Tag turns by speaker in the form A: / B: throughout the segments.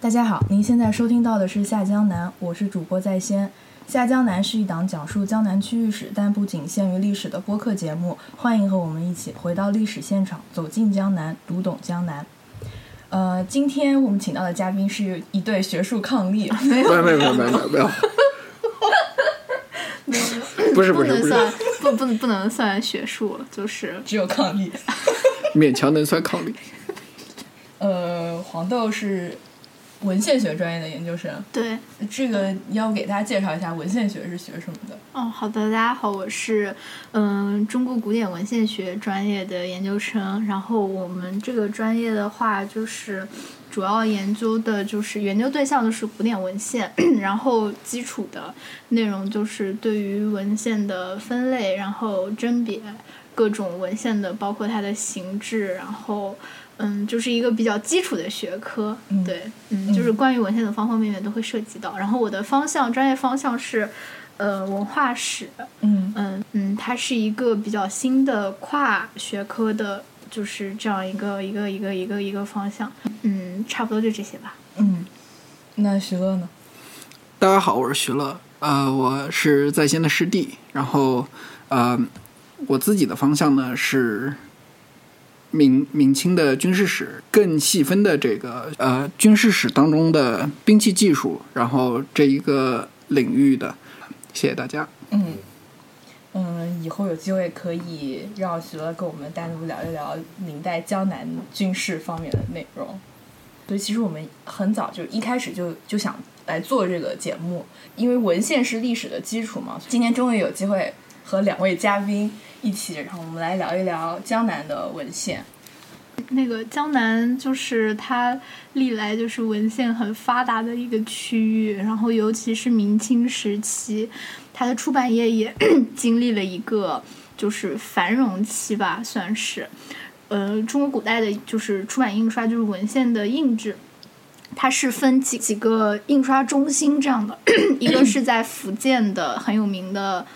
A: 大家好，您现在收听到的是《下江南》，我是主播在先。《下江南》是一档讲述江南区域史，但不仅限于历史的播客节目，欢迎和我们一起回到历史现场，走进江南，读懂江南。呃，今天我们请到的嘉宾是一对学术伉俪，没有
B: 没有没有没有没有没有，不是不
C: 不
B: 是
C: 能
B: 不是，
C: 算不不不能算学术，就是
A: 只有伉俪。
B: 勉强能算伉俪。
A: 呃，黄豆是文献学专业的研究生，
C: 对。
A: 这个要给大家介绍一下，文献学是学什么的？
C: 哦，好的，大家好，我是嗯中国古典文献学专业的研究生。然后我们这个专业的话，就是主要研究的就是研究对象就是古典文献， 然后基础的内容就是对于文献的分类，然后甄别各种文献的，包括它的形制，然后。嗯，就是一个比较基础的学科，
A: 嗯
C: 对，嗯，就是关于文献的方方面面都会涉及到。然后我的方向，专业方向是，呃文化史，
A: 嗯
C: 嗯嗯，它是一个比较新的跨学科的，就是这样一个一个一个一个一个方向，嗯，差不多就这些吧。
A: 嗯，那徐乐呢？
B: 大家好，我是徐乐，呃，我是在先的师弟，然后呃，我自己的方向呢是明明清的军事史，更细分的这个呃军事史当中的兵器技术，然后这一个领域的，谢谢大家。
A: 嗯嗯，以后有机会可以让徐乐跟我们单独聊一聊明代江南军事方面的内容。所以其实我们很早就一开始就就想来做这个节目，因为文献是历史的基础嘛。今天终于有机会和两位嘉宾一起，然后我们来聊一聊江南的文献。
C: 那个江南就是它历来就是文献很发达的一个区域，然后尤其是明清时期，它的出版业也 经历了一个就是繁荣期吧，算是。呃，中国古代的就是出版印刷，就是文献的印制，它是分几几个印刷中心这样的， 一个是在福建的很有名的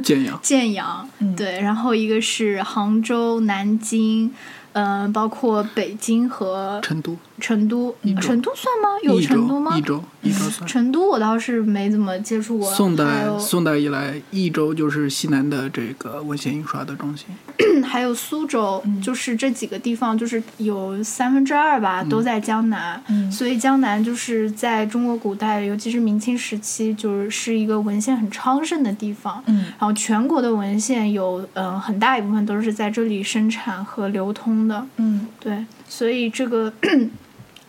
B: 建阳，
C: 建阳，
A: 嗯
C: 对，然后一个是杭州、南京，嗯、包括北京和
B: 成都，
C: 成都，
B: 州
C: 成都算吗？有
B: 益
C: 成都
B: 州，
C: 吗
B: 益？州，益州算。
C: 成都我倒是没怎么接触过。
B: 宋
C: 还
B: 代
C: 有
B: 宋代以来，益州就是西南的这个文献印刷的中心。
C: 嗯还有苏州，
A: 嗯
C: 就是这几个地方，就是有三分之二吧、都在江南、
A: 嗯
C: 所以江南就是在中国古代，尤其是明清时期，就是是一个文献很昌盛的地方。
A: 嗯
C: 然后全国的文献有，嗯、很大一部分都是在这里生产和流通的。
A: 嗯。
C: 对，所以这个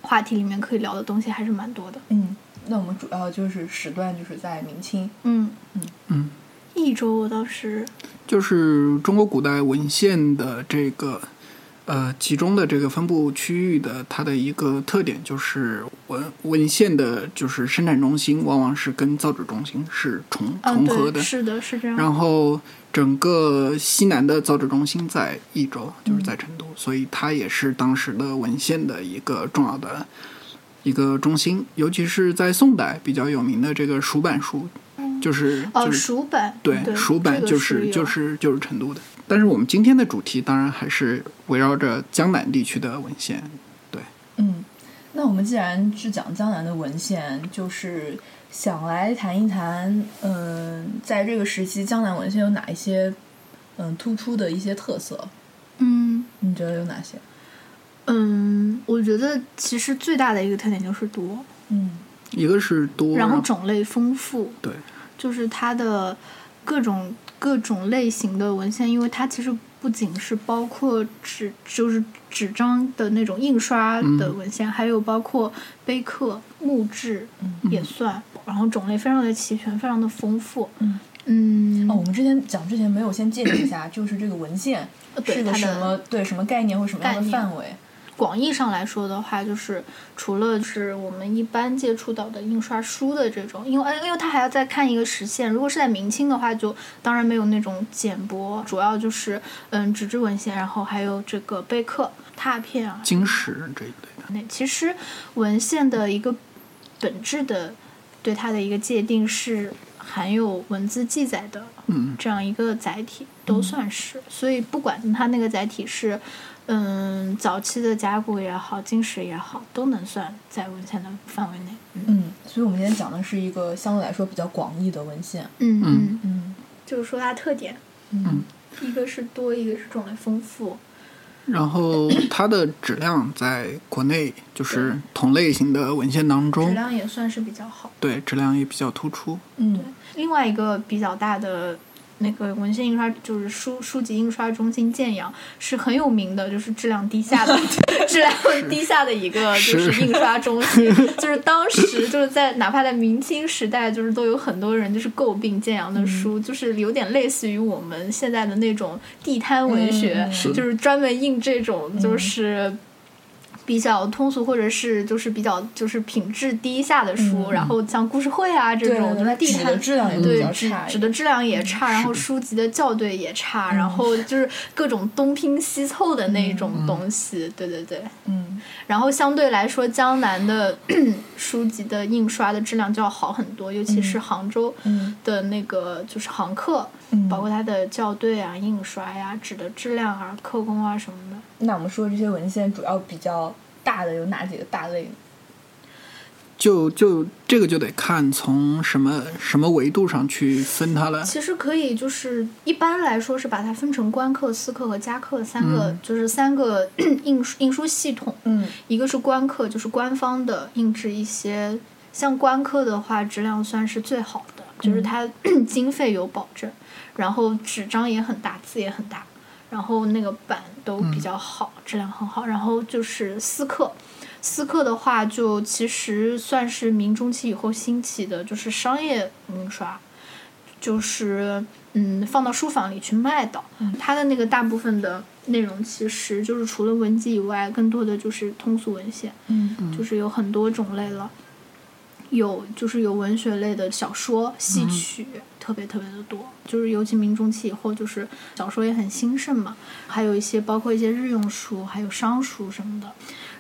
C: 话题里面可以聊的东西还是蛮多的。
A: 嗯，那我们主要就是时段就是在明清，
C: 嗯
B: 嗯，
C: 益州我倒是，
B: 就是中国古代文献的这个呃集中的这个分布区域的它的一个特点，就是文文献的就是生产中心往往是跟造纸中心是重
C: 嗯、
B: 重合的
C: 对，，是的，是这样。哦
B: 然后整个西南的造纸中心在益州，就是
C: 嗯
B: 在成都，所以它也是当时的文献的一个重要的一个中心，尤其是在宋代比较有名的这个蜀版书，就是
C: 哦，
B: 就是
C: 蜀版，
B: 对，
C: 对，
B: 蜀版
C: 这个
B: 就是
C: 有
B: 就是就是成都的。但是我们今天的主题当然还是围绕着江南地区的文献。
A: 嗯，那我们既然是讲江南的文献，就是想来谈一谈，嗯、在这个时期江南文献有哪一些，嗯、突出的一些特色？
C: 嗯。
A: 你觉得有哪些？
C: 嗯，我觉得其实最大的一个特点就是多，
A: 嗯
B: 一个是多，
C: 然后种类丰富，
B: 对，
C: 就是它的各种各种类型的文献，因为它其实不仅是包括纸，就是纸张的那种印刷的文献，还有包括碑刻、木质
A: 嗯
C: 也算，然后种类非常的齐全，非常的丰富。
A: 嗯
C: 嗯
A: 哦，我们之前讲之前没有先介绍一下，就是这个文献
C: 呃对
A: 是个
C: 它的
A: 什么对什么概念或什么样
C: 概
A: 的
C: 念
A: 范围？
C: 广义上来说的话，就是除了是我们一般接触到的印刷书的这种，因为呃因为它还要再看一个时限。如果是在明清的话，就当然没有那种简帛，主要就是嗯纸质文献，然后还有这个碑刻、拓片啊。
B: 金石这一类的。
C: 那其实文献的一个本质的对它的一个界定是含有文字记载的
B: 嗯
C: 这样一个载体，都算是。所以不管它那个载体是，嗯，早期的甲骨也好，金石也好，都能算在文献的范围内。
A: 嗯，所以我们今天讲的是一个相对来说比较广义的文献。
C: 嗯
B: 嗯
A: 嗯
C: 就是说它特点，
A: 嗯
C: 一个是多，一个是种类丰富。
B: 然 后它的质量在国内就是同类型的文献当
C: 质
B: 中，
C: 量也算是比较好。
B: 对质量也比较突出。
A: 嗯
C: 另外一个比较大的那个文献印刷就是书书籍印刷中心建阳是很有名的，就是质量低下的质量低下的一个就是
B: 是
C: 印刷中心，就是当时就是在哪怕在明清时代，就是都有很多人就是诟病建阳的书，就是有点类似于我们现在的那种地摊文学，
A: 嗯
B: 是
C: 就是专门印这种就是。比较通俗，或者是就是比较就是品质低下的书，
A: 嗯
C: 然后像故事会啊这
A: 对
C: 种，
A: 对
C: 就
A: 对
C: 是地
A: 纸的
C: 摊
A: 质量也都比
C: 对
A: 较
C: 纸
A: 差一
C: 纸
A: 点
C: 的质量也差，然后
B: 是的
C: 书籍的校对也差，然
A: 嗯
C: 后就是各种东拼西凑的那种东西，对对对。
A: 嗯
C: 然后相对来说，江南的 书籍的印刷的质量就要好很多，尤其是杭州
A: 嗯
C: 的那个就是行刻，
A: 嗯，
C: 包括它的校对啊、印刷呀、纸的质量啊、刻工啊什么的。
A: 那我们说这些文献主要比较大的有哪几个大类呢？
B: 就就这个就得看从什么什么维度上去分它了。
C: 其实可以，就是一般来说是把它分成官刻、私刻和家刻三个，
B: 嗯
C: 就是三个 印书印书系统。
A: 嗯
C: 一个是官刻，就是官方的印制一些，像官刻的话，质量算是最好的，就是它 经费有保证，然后纸张也很大，字也很大，然后那个版都比较好，质量很好。然后就是私刻，私刻的话就其实算是明中期以后兴起的，就是商业印刷，就是嗯放到书房里去卖的。嗯它的那个大部分的内容其实就是除了文集以外，更多的就是通俗文献，
A: 嗯
C: 就是有很多种类了。有就是有文学类的小说、戏曲，特别特别的多。就是尤其明中期以后，就是小说也很兴盛嘛，还有一些包括一些日用书，还有商书什么的。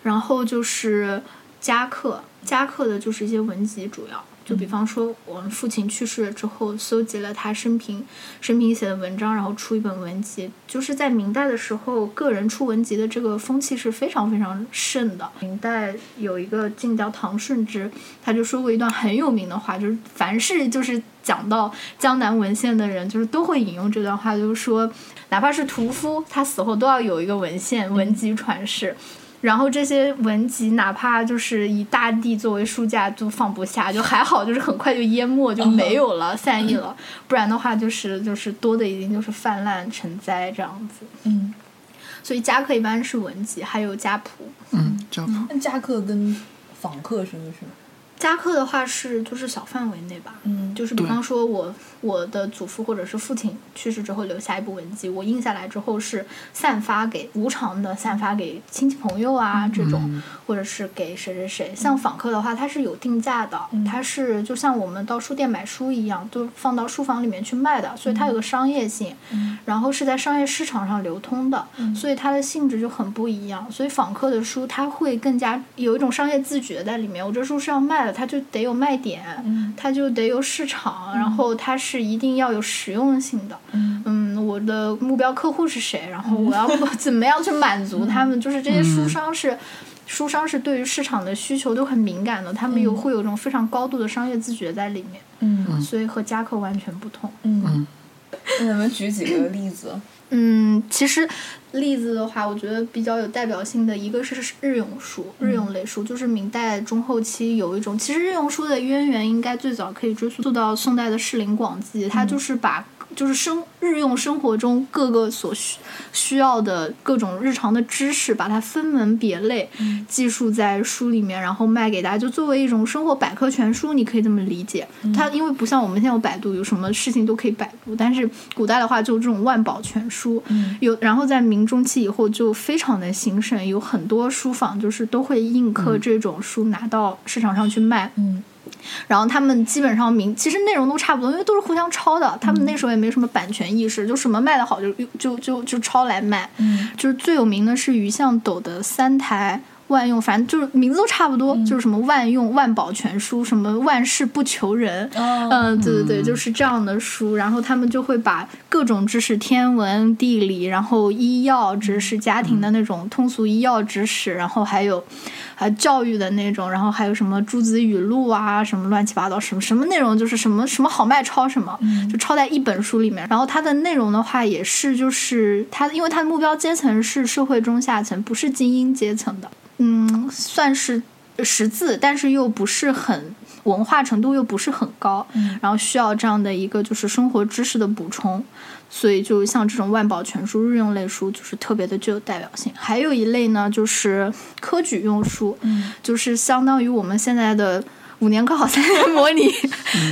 C: 然后就是家课，家课的就是一些文集主要。就比方说，我们父亲去世了之后，搜集了他生平生平写的文章，然后出一本文集。就是在明代的时候，个人出文集的这个风气是非常非常盛的。明代有一个晋叫唐顺之，他就说过一段很有名的话，就是凡是就是讲到江南文献的人，就是都会引用这段话，就是说，哪怕是屠夫，他死后都要有一个文献文集传世。然后这些文集，哪怕就是以大地作为书架，都放不下，就还好，就是很快就淹没，就没有了，散佚了。不然的话，就是就是多的已经就是泛滥成灾这样子。
A: 嗯，
C: 所以家课一般是文集，还有家谱。
B: 嗯，这样
A: 那家课跟访客是不是？
C: 家课的话是就是小范围内吧，
A: 嗯
C: 就是比
B: 对
C: 方说我我的祖父或者是父亲去世之后留下一部文集，我印下来之后是散发给无偿的散发给亲戚朋友啊、这种，或者是给谁谁谁。像访客的话，它是有定价的，它是就像我们到书店买书一样，都放到书房里面去卖的，所以它有个商业性，然后是在商业市场上流通的，
A: 嗯
C: 所以它的性质就很不一样。所以访客的书，它会更加有一种商业自觉在里面。我这书是要卖的，它就得有卖点，
A: 嗯
C: 它就得有市场，然后它是一定要有实用性的。
A: 嗯
C: 我的目标客户是谁，然后我要 怎么样去满足
A: 嗯
C: 他们？就是这些书商是。书商是对于市场的需求都很敏感的，他们有会有一种非常高度的商业自觉在里面，
A: 嗯
C: 所以和夹克完全不同。
A: 嗯，那你们举几个例子？
C: 嗯，其实例子的话，我觉得比较有代表性的一个是日用书，日用类书，就是明代中后期有一种，其实日用书的渊源应该最早可以追溯到宋代的《士林广记》，它就是把。就是生日用生活中各个所需需要的各种日常的知识，把它分门别类，记述在书里面，然后卖给大家，就作为一种生活百科全书，你可以这么理解。它因为不像我们现在有百度，有什么事情都可以百度，但是古代的话就这种万宝全书，有然后在明中期以后就非常的兴盛，有很多书坊就是都会印刻这种书拿到市场上去卖，
A: 嗯
C: 然后他们基本上名其实内容都差不多，因为都是互相抄的，他们那时候也没什么版权意识，就什么卖的好就就就就抄来卖，
A: 嗯
C: 就是最有名的是余向斗的三台万用，反正就是名字都差不多，就是什么万用、万宝全书，什么万事不求人，
A: 哦
C: 嗯，对对对，就是这样的书。然后他们就会把各种知识，天文、地理，然后医药知识、家庭的那种通俗医药知识，然后还有还教育的那种，然后还有什么诸子语录啊，什么乱七八糟，什么什么内容，就是什么什么好卖抄什么，就抄在一本书里面。然后它的内容的话，也是就是它，因为它的目标阶层是社会中下层，不是精英阶层的，嗯，算是呃识字，但是又不是很。文化程度又不是很高，然后需要这样的一个就是生活知识的补充，所以就像这种万宝全书、日用类书就是特别的具有代表性。还有一类呢，就是科举用书，就是相当于我们现在的五年高考三年模拟，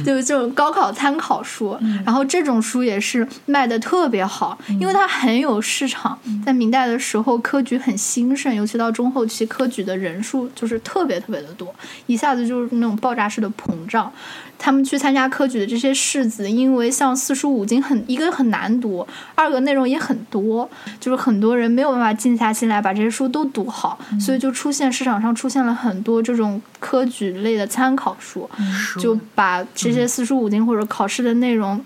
C: 就是这种高考参考书。然后这种书也是卖的特别好，因为它很有市场。在明代的时候，科举很兴盛，尤其到中后期，科举的人数就是特别特别的多，一下子就是那种爆炸式的膨胀。他们去参加科举的这些士子，因为像四书五经很一个很难读，二个内容也很多，就是很多人没有办法静下心来把这些书都读好，所以就出现市场上出现了很多这种科举类的参考书，就把这
A: 嗯
C: 些四书五经或者考试的内容。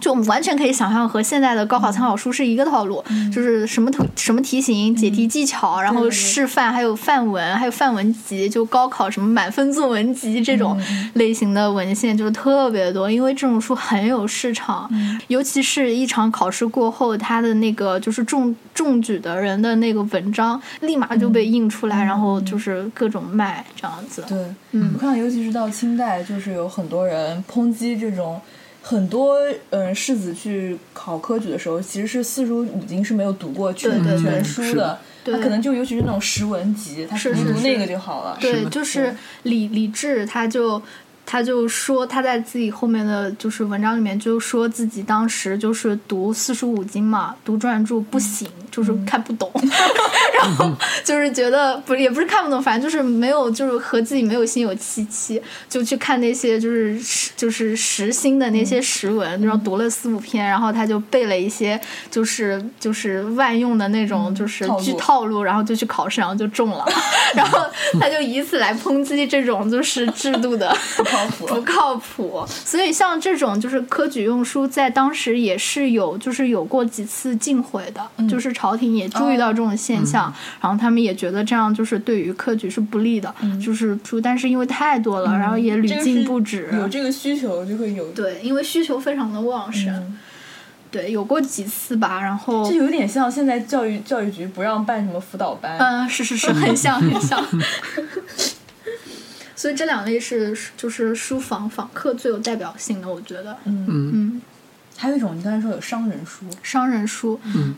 C: 就我们完全可以想象和现在的高
A: 嗯
C: 考参考书是一个套路，就是什么题什么题型、解题技巧，
A: 嗯
C: 然
A: 对
C: 后
A: 对对
C: 示范，还有范文，还有范文集，就高考什么满分作文集这
A: 嗯
C: 种类型的文献就是特别多，因为这种书很有市场，
A: 嗯
C: 尤其是一场考试过后，他的那个就是中中举的人的那个文章立马就被印出来，然后就是各种卖这样子。
A: 嗯对，我看到尤其是到清代，就是有很多人抨击这种。很多嗯，世子去考科举的时候，其实是四书五经是没有读过全
C: 对对
A: 全
C: 对
A: 书
B: 是
A: 的
B: 的，
A: 他
C: 对
A: 可能就尤其是那种识文集，他只
C: 是是
A: 读那
C: 是
A: 个就好了。
C: 对，
B: 的
A: 哦
C: 就是李李志，他就他就说他在自己后面的就是文章里面就说自己当时就是读四书五经嘛，读专著不行，就是看不懂， 然后就是觉得不是也不是看不懂，反正就是没有就是和自己没有心有戚戚，就去看那些就是时就是时兴的那些时文，然后读了四五篇，然后他就背了一些就是就是万用的那种就是
A: 套
C: 句
A: 路
C: 套路，然后就去考试，然后就中了， 然后
A: 嗯
C: 他就以此来抨击这种就是制度的
A: 不靠谱。
C: 不靠谱。所以像这种就是科举用书，在当时也是有就是有过几次禁毁的，
A: 嗯
C: 就是朝廷也注意到这种现象，然后他们也觉得这样就是对于科举是不利的，就是书，但是因为太多了，然后也屡
A: 嗯这个
C: 禁
A: 是
C: 不止。
A: 有这个需求就会有，
C: 对，因为需求非常的旺盛，对，有过几次吧，然后
A: 嗯这有点像现在教育教育局不让办什么辅导班，
C: 嗯，是是是，很像很像。所以这两类是就是书房访客最有代表性的，我觉得。嗯嗯，
A: 还有一种你刚才说有商人书，
C: 商人书。嗯。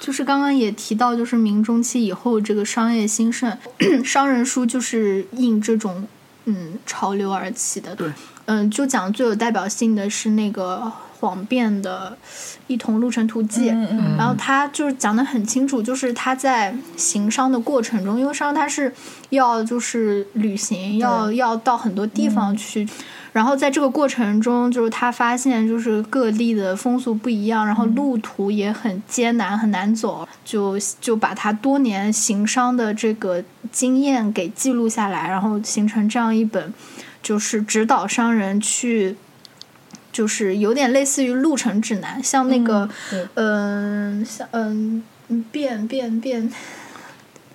C: 就是刚刚也提到，就是明中期以后这个商业兴盛， 商人书就是应这种嗯潮流而起的。
B: 对，
C: 嗯，就讲最有代表性的是那个黄变的《一同路程图记》。
A: 嗯
C: 然后他就是讲的很清楚，就是他在行商的过程中，因为商他是要就是旅行，要要到很多地方去，然后在这个过程中，就是他发现就是各地的风俗不一样，然后路途也很艰难，很难走，就就把他多年行商的这个经验给记录下来，然后形成这样一本，就是指导商人去。就是有点类似于路程指南，像那个、
A: 对，
C: 嗯，像嗯，变变变，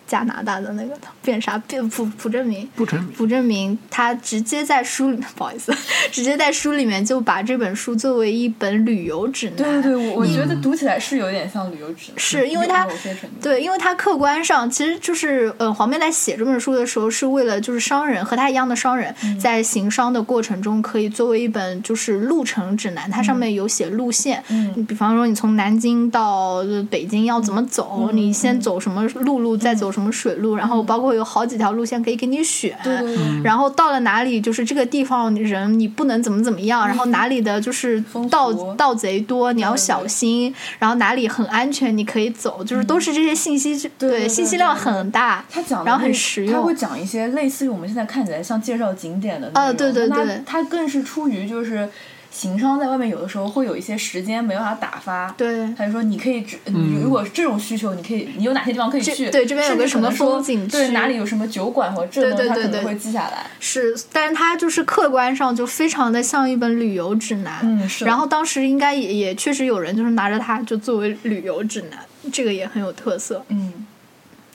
C: 加拿大的那个变啥变朴朴正明，
B: 不成谜。
C: 朴正明他直接在书里面， 不好意思，直接在书里面就把这本书作为一本旅游指南。
A: 对对嗯对，我我觉得读起来是有点像旅游指南，
C: 是因为它
A: 有些程度，
C: 对，因为他客观上其实就是，呃，黄面在写这本书的时候，是为了就是商人和他一样的商人，
A: 嗯
C: 在行商的过程中，可以作为一本就是路程指南，它上面有写路线，
A: 嗯，
C: 比方说你从南京到呃北京要怎么
A: 嗯
C: 走，你先走什么陆路，再走什么水路，然后包括有好几条路线可以给你选，
A: 对对对，
C: 然后到了哪里，就是这个地方人你不能怎么怎么样，然后哪里的就是
A: 嗯风
C: 盗
A: 俗
C: 盗贼多，你要
A: 对嗯
C: 小心，然后哪里很安全，你可以走，就是都是这些信息，
A: 对对对
C: 信息量
A: 对
C: 很大。
A: 他讲的
C: 然
A: 那
C: 后很
A: 个
C: 实
A: 他
C: 用
A: 会讲一些类似于我们现在看起来像介绍景点的内容
C: 啊对对
A: 那
C: 对
A: 他更是出于就是。行商在外面有的时候会有一些时间没办法打发。
C: 对，
A: 他就说，你可以只，你如果这种需求，你可以，你有哪些地方可以
C: 这
A: 去？
C: 对这边有
A: 甚
C: 个
A: 至
C: 什
A: 可能
C: 么
A: 说
C: 风景
A: 对，
C: 区
A: 哪里有什么酒馆和这种东
C: 对
A: 西，
C: 对
A: 他可
C: 对
A: 能
C: 对
A: 会记下来。
C: 是，但是它就是客观上就非常的像一本旅游指南。
A: 嗯是
C: 然后当时应该也也确实有人就是拿着它就作为旅游指南，这个也很有特色。
A: 嗯，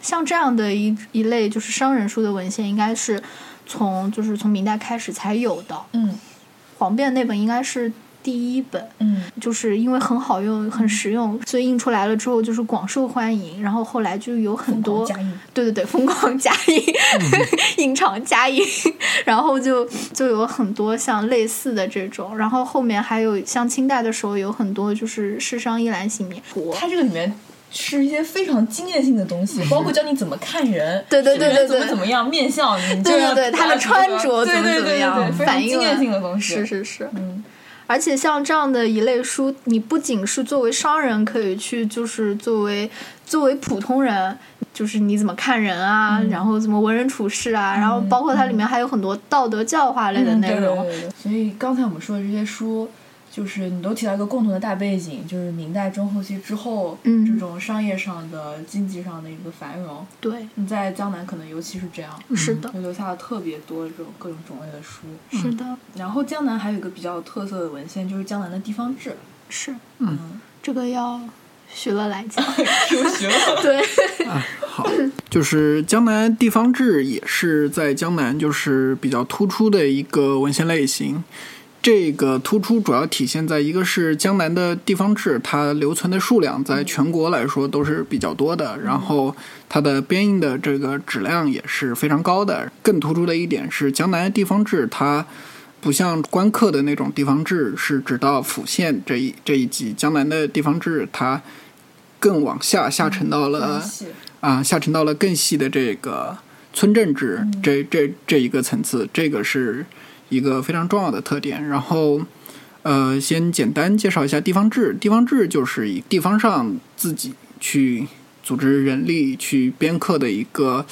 C: 像这样的一一类就是商人书的文献，应该是从就是从明代开始才有的。
A: 嗯
C: 黄变那本应该是第一本，
A: 嗯
C: 就是因为很好用、很实用，所以印出来了之后就是广受欢迎。然后后来就有很多
A: 疯狂加印嗯
C: 对对对， 疯狂加印， 印厂加印，然后就就有很多像类似的这种。然后后面还有像清代的时候有很多就是世商一览醒民国，
A: 它这个里面是一些非常经验性的东西，包括教你怎么看人，
C: 对对对
A: 这个人
C: 嗯对
A: 怎
C: 对
A: 么怎么样，面相，你就
C: 对
A: 要
C: 对对，他的穿着怎
A: 对
C: 么
A: 对
C: 怎么
A: 对
C: 样，
A: 对对，非常
C: 反映
A: 经验
C: 了
A: 性的东西，
C: 是是是，
A: 嗯
C: 而且像这样的一类书，你不仅是作为商人可以去，就是作为作为普通人，就是你怎么看人啊，
A: 嗯
C: 然后怎么为人处事啊，然后包括它里面还有很多道德教化类的
A: 嗯
C: 内容。
A: 对对对对所以刚才我们说的这些书。就是你都提到一个共同的大背景，就是明代中后期之后，
C: 嗯
A: 这种商业上的、经济上的一个繁荣，
C: 对
A: 你在江南可能尤其是这样，
C: 是的，
A: 就留下了特别多的这种各种种类的书。嗯
C: 是的，
A: 然后江南还有一个比较有特色的文献，就是江南的地方志。
C: 是
A: 嗯，
C: 这个要徐乐来 讲。
A: Q 学了。
C: 对，
B: 好，就是江南地方志也是在江南就是比较突出的一个文献类型。这个突出主要体现在一个是江南的地方志，它留存的数量在全国来说都是比较多的，然后它的编印的这个质量也是非常高的。更突出的一点是江南的地方志，它不像官刻的那种地方志，是直到府县这一这一级，江南的地方志它更往下下沉到
C: 呃
B: 了啊，下沉到了更细的这个村镇制、
C: 嗯
B: 这这这一个层次，这个是一个非常重要的特点。然后，呃，先简单介绍一下地方制。地方制就是以地方上自己去组织人力去编刻的一个，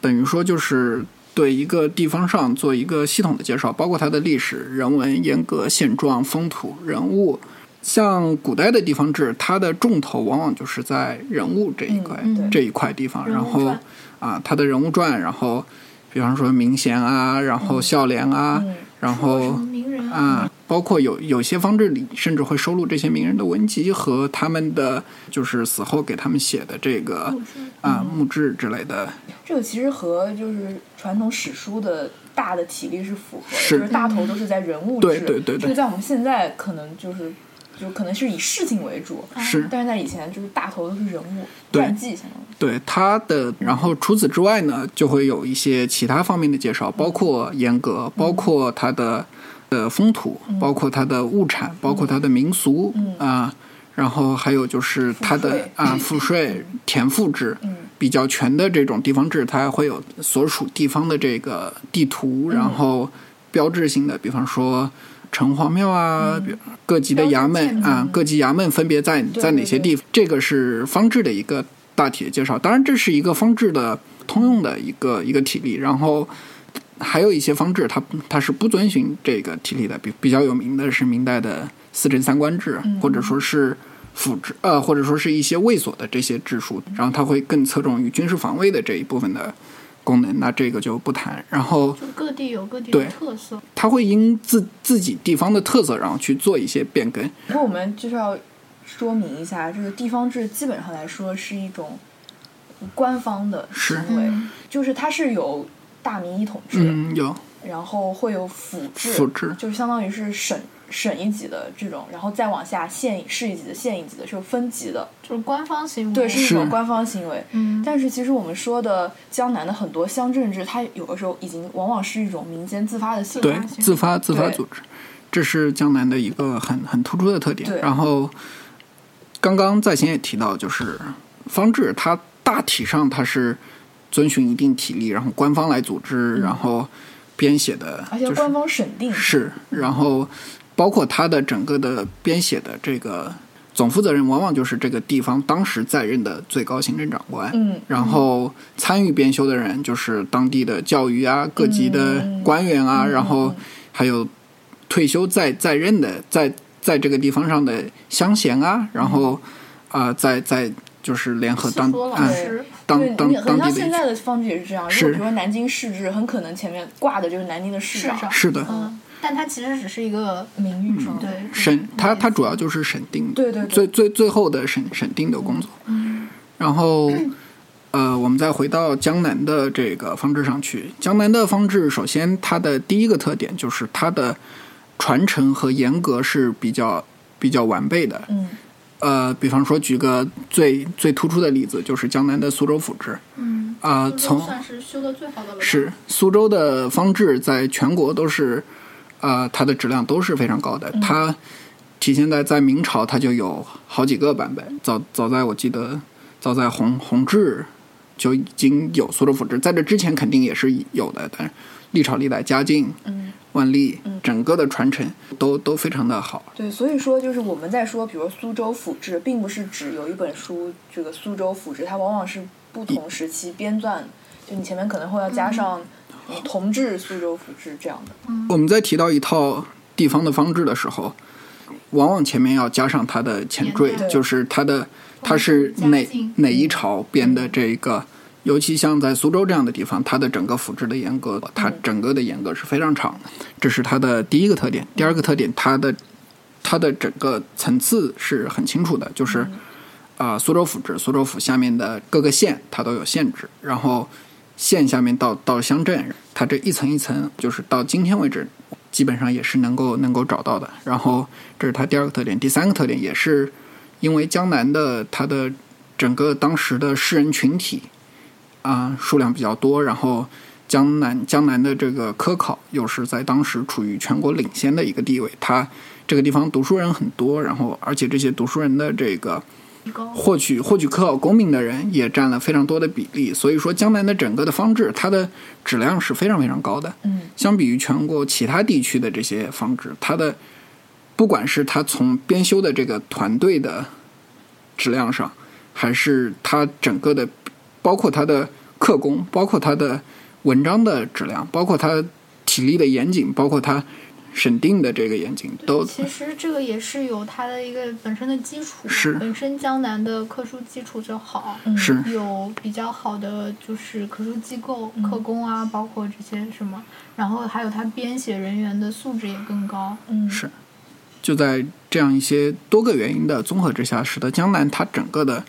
B: 等于说就是对一个地方上做一个系统的介绍，包括它的历史、人文、严格、现状、风土、人物。像古代的地方志，它的重头往往就是在人物这一块、
C: 嗯嗯
B: 这一块地方，
C: 人
B: 然
C: 物
B: 后
C: 传
B: 啊，它的人物传，然后比方说明贤啊，然后孝廉啊，
A: 嗯
B: 然
C: 什么
B: 后
C: 名人
B: 啊，包括有有些方志里甚至会收录这些名人的文集和他们的就是死后给他们写的这个
C: 故事
B: 啊墓志之类的，
A: 这个其实和就是传统史书的大的体力是符合的，
B: 是
A: 就是大头都是在人物制，
B: 对对对对
A: 这个在我们现在可能就是就可能是以事情为主，
B: 是
A: 但是在以前就是大头都是人物
B: 对
A: 传记相当于。
B: 对它的。然后除此之外呢，就会有一些其他方面的介绍，包括严格，包括它的呃风土，包括它的物产，包括它的民俗啊。然后还有就是它
A: 赋
B: 的
A: 税
B: 啊赋税、田赋制，
A: 嗯
B: 比较全的这种地方志，它会有所属地方的这个地图，然后标志性的，比方说城隍庙啊，比各级的衙门啊，各级衙门分别在在哪些地方，这个是方志的一个大体的介绍。当然，这是一个方志的通用的一个一个体例，然后。还有一些方志，它它是不遵循这个体例的，比比较有名的是明代的四镇三官制，或者说是府制，呃，或者说是一些卫所的这些制数，然后它会更侧重于军事防卫的这一部分的功能，那这个就不谈。然后
C: 就各地有各地
B: 对
C: 的特色。
B: 它会因自自己地方的特色，然后去做一些变更。
A: 不过我们就是要说明一下，这个地方志基本上来说是一种官方的
B: 是
A: 行为，就是它是有大名一统制，
B: 嗯，有
A: 然后会有府制，
B: 府制
A: 就是相当于是省省一级的这种，然后再往下县市一级的、县一级的，是有分级的，
C: 就是官方行为，
A: 对，是一种
B: 是
A: 官方行为。
C: 嗯
A: 但是其实我们说的江南的很多乡镇制，它有的时候已经往往是一种民间自发的性质。
B: 对自发自发
A: 对
B: 组织，这是江南的一个很很突出的特点
A: 对。
B: 然后刚刚在前也提到，就是方志它大体上它是遵循一定体例，然后官方来组织，然后编写的，
A: 嗯而且
B: 就是
A: 官方审定，
B: 是，然后包括他的整个的编写的这个总负责人，往往就是这个地方当时在任的最高行政长官。
A: 嗯，
B: 然后参与编修的
A: 嗯
B: 人就是当地的教育啊、各级的官员啊，然后还有退休在在任的在在这个地方上的乡贤啊，然后
A: 嗯
B: 啊、呃在在就是联合当
C: 说老
B: 啊
C: 师
A: 对，
B: 当当
A: 你很
B: 当
A: 像
B: 地
A: 现
B: 的
A: 在的方局也是这样。如
B: 是
A: 果比如说南京市志，很可能前面挂的就是南京的市
C: 市
A: 长
C: 长
B: 是的
C: 嗯，但它其实只是一个
A: 名誉状。
C: 对
A: 嗯
B: 审，它它主
C: 要
B: 要就是审定
A: 对对对
B: 最最最后的审审定的工作。然后，呃，我们再回到江南的这个方志上去。江南的方志，首先它的第一个特点就是它的传承和严格是比较比较完备的。
A: 嗯，
B: 呃，比方说举个最最突出的例子，就是江南的苏州府志。
C: 嗯
B: 啊，
C: 苏州
B: 从
C: 算是修的最好的了吧，
B: 是苏州的方志在全国都是，呃，它的质量都是非常高的。它体现在在明朝，它就有好几个版本。早早在我记得，早在弘弘治就已经有苏州府志，在这之前肯定也是有的，但是历朝历代嘉靖、
A: 嗯
B: 万历
A: 嗯
B: 整个的传承都都非常的好。
A: 对，所以说就是我们在说，比如苏州府志，并不是指有一本书，这个苏州府志，它往往是不
B: 嗯
A: 同时期编撰，就你前面可能会要加上嗯同治苏州府志这样的。
B: 我们在提到一套地方的方志的时候，往往前面要加上它的前缀
C: 年代，
B: 就是它的它是
C: 嘉
B: 哪
C: 靖
B: 哪一朝编的这个。尤其像在苏州这样的地方，它的整个府志的严格，它整个的严格是非常长的，这是它的第一个特点。第二个特点，它的它的整个层次是很清楚的，就是啊、苏州府志，苏州府下面的各个县它都有县制，然后县下面到到乡镇，它这一层一层，就是到今天为止，基本上也是能够能够找到的。然后这是它第二个特点，第三个特点也是因为江南的它的整个当时的诗人群体啊、数量比较多，然后江南江南的这个科考又是在当时处于全国领先的一个地位，它这个地方读书人很多，然后而且这些读书人的这个
C: 提高
B: 获取获取科考功名的人也占了非常多的比例，所以说江南的整个的方志，它的质量是非常非常高的。
A: 嗯，
B: 相比于全国其他地区的这些方志，它的不管是它从编修的这个团队的质量上，还是它整个的，包括它的刻工，包括它的文章的质量，包括它体力的严谨，包括它审定的这个严谨，都
C: 其实这个也是有它的一个本身的基础，
B: 是
C: 本身江南的科书基础就好，
A: 嗯
B: 是
C: 有比较好的就是科书机构、
B: 嗯
C: 科工啊，包括这些什么，然后还有它编写人员的素质也更高。
A: 嗯，
B: 是，就在这样一些多个原因的综合之下，使得江南它整个的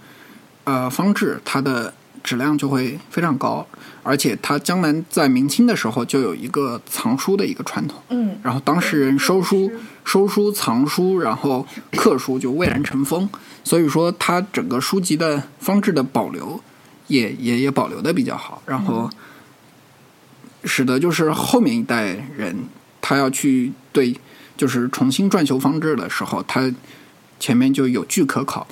B: 呃方志它的质量就会非常高，而且它江南在明清的时候就有一个藏书的一个传统，
A: 嗯
B: 然后当事人收书
C: 是、
B: 收书、藏书，然后刻书就蔚然成风，所以说它整个书籍的方志的保留也也也保留的比较好，然后使得就是后面一代人他要去对就是重新撰修方志的时候，他前面就有据可考。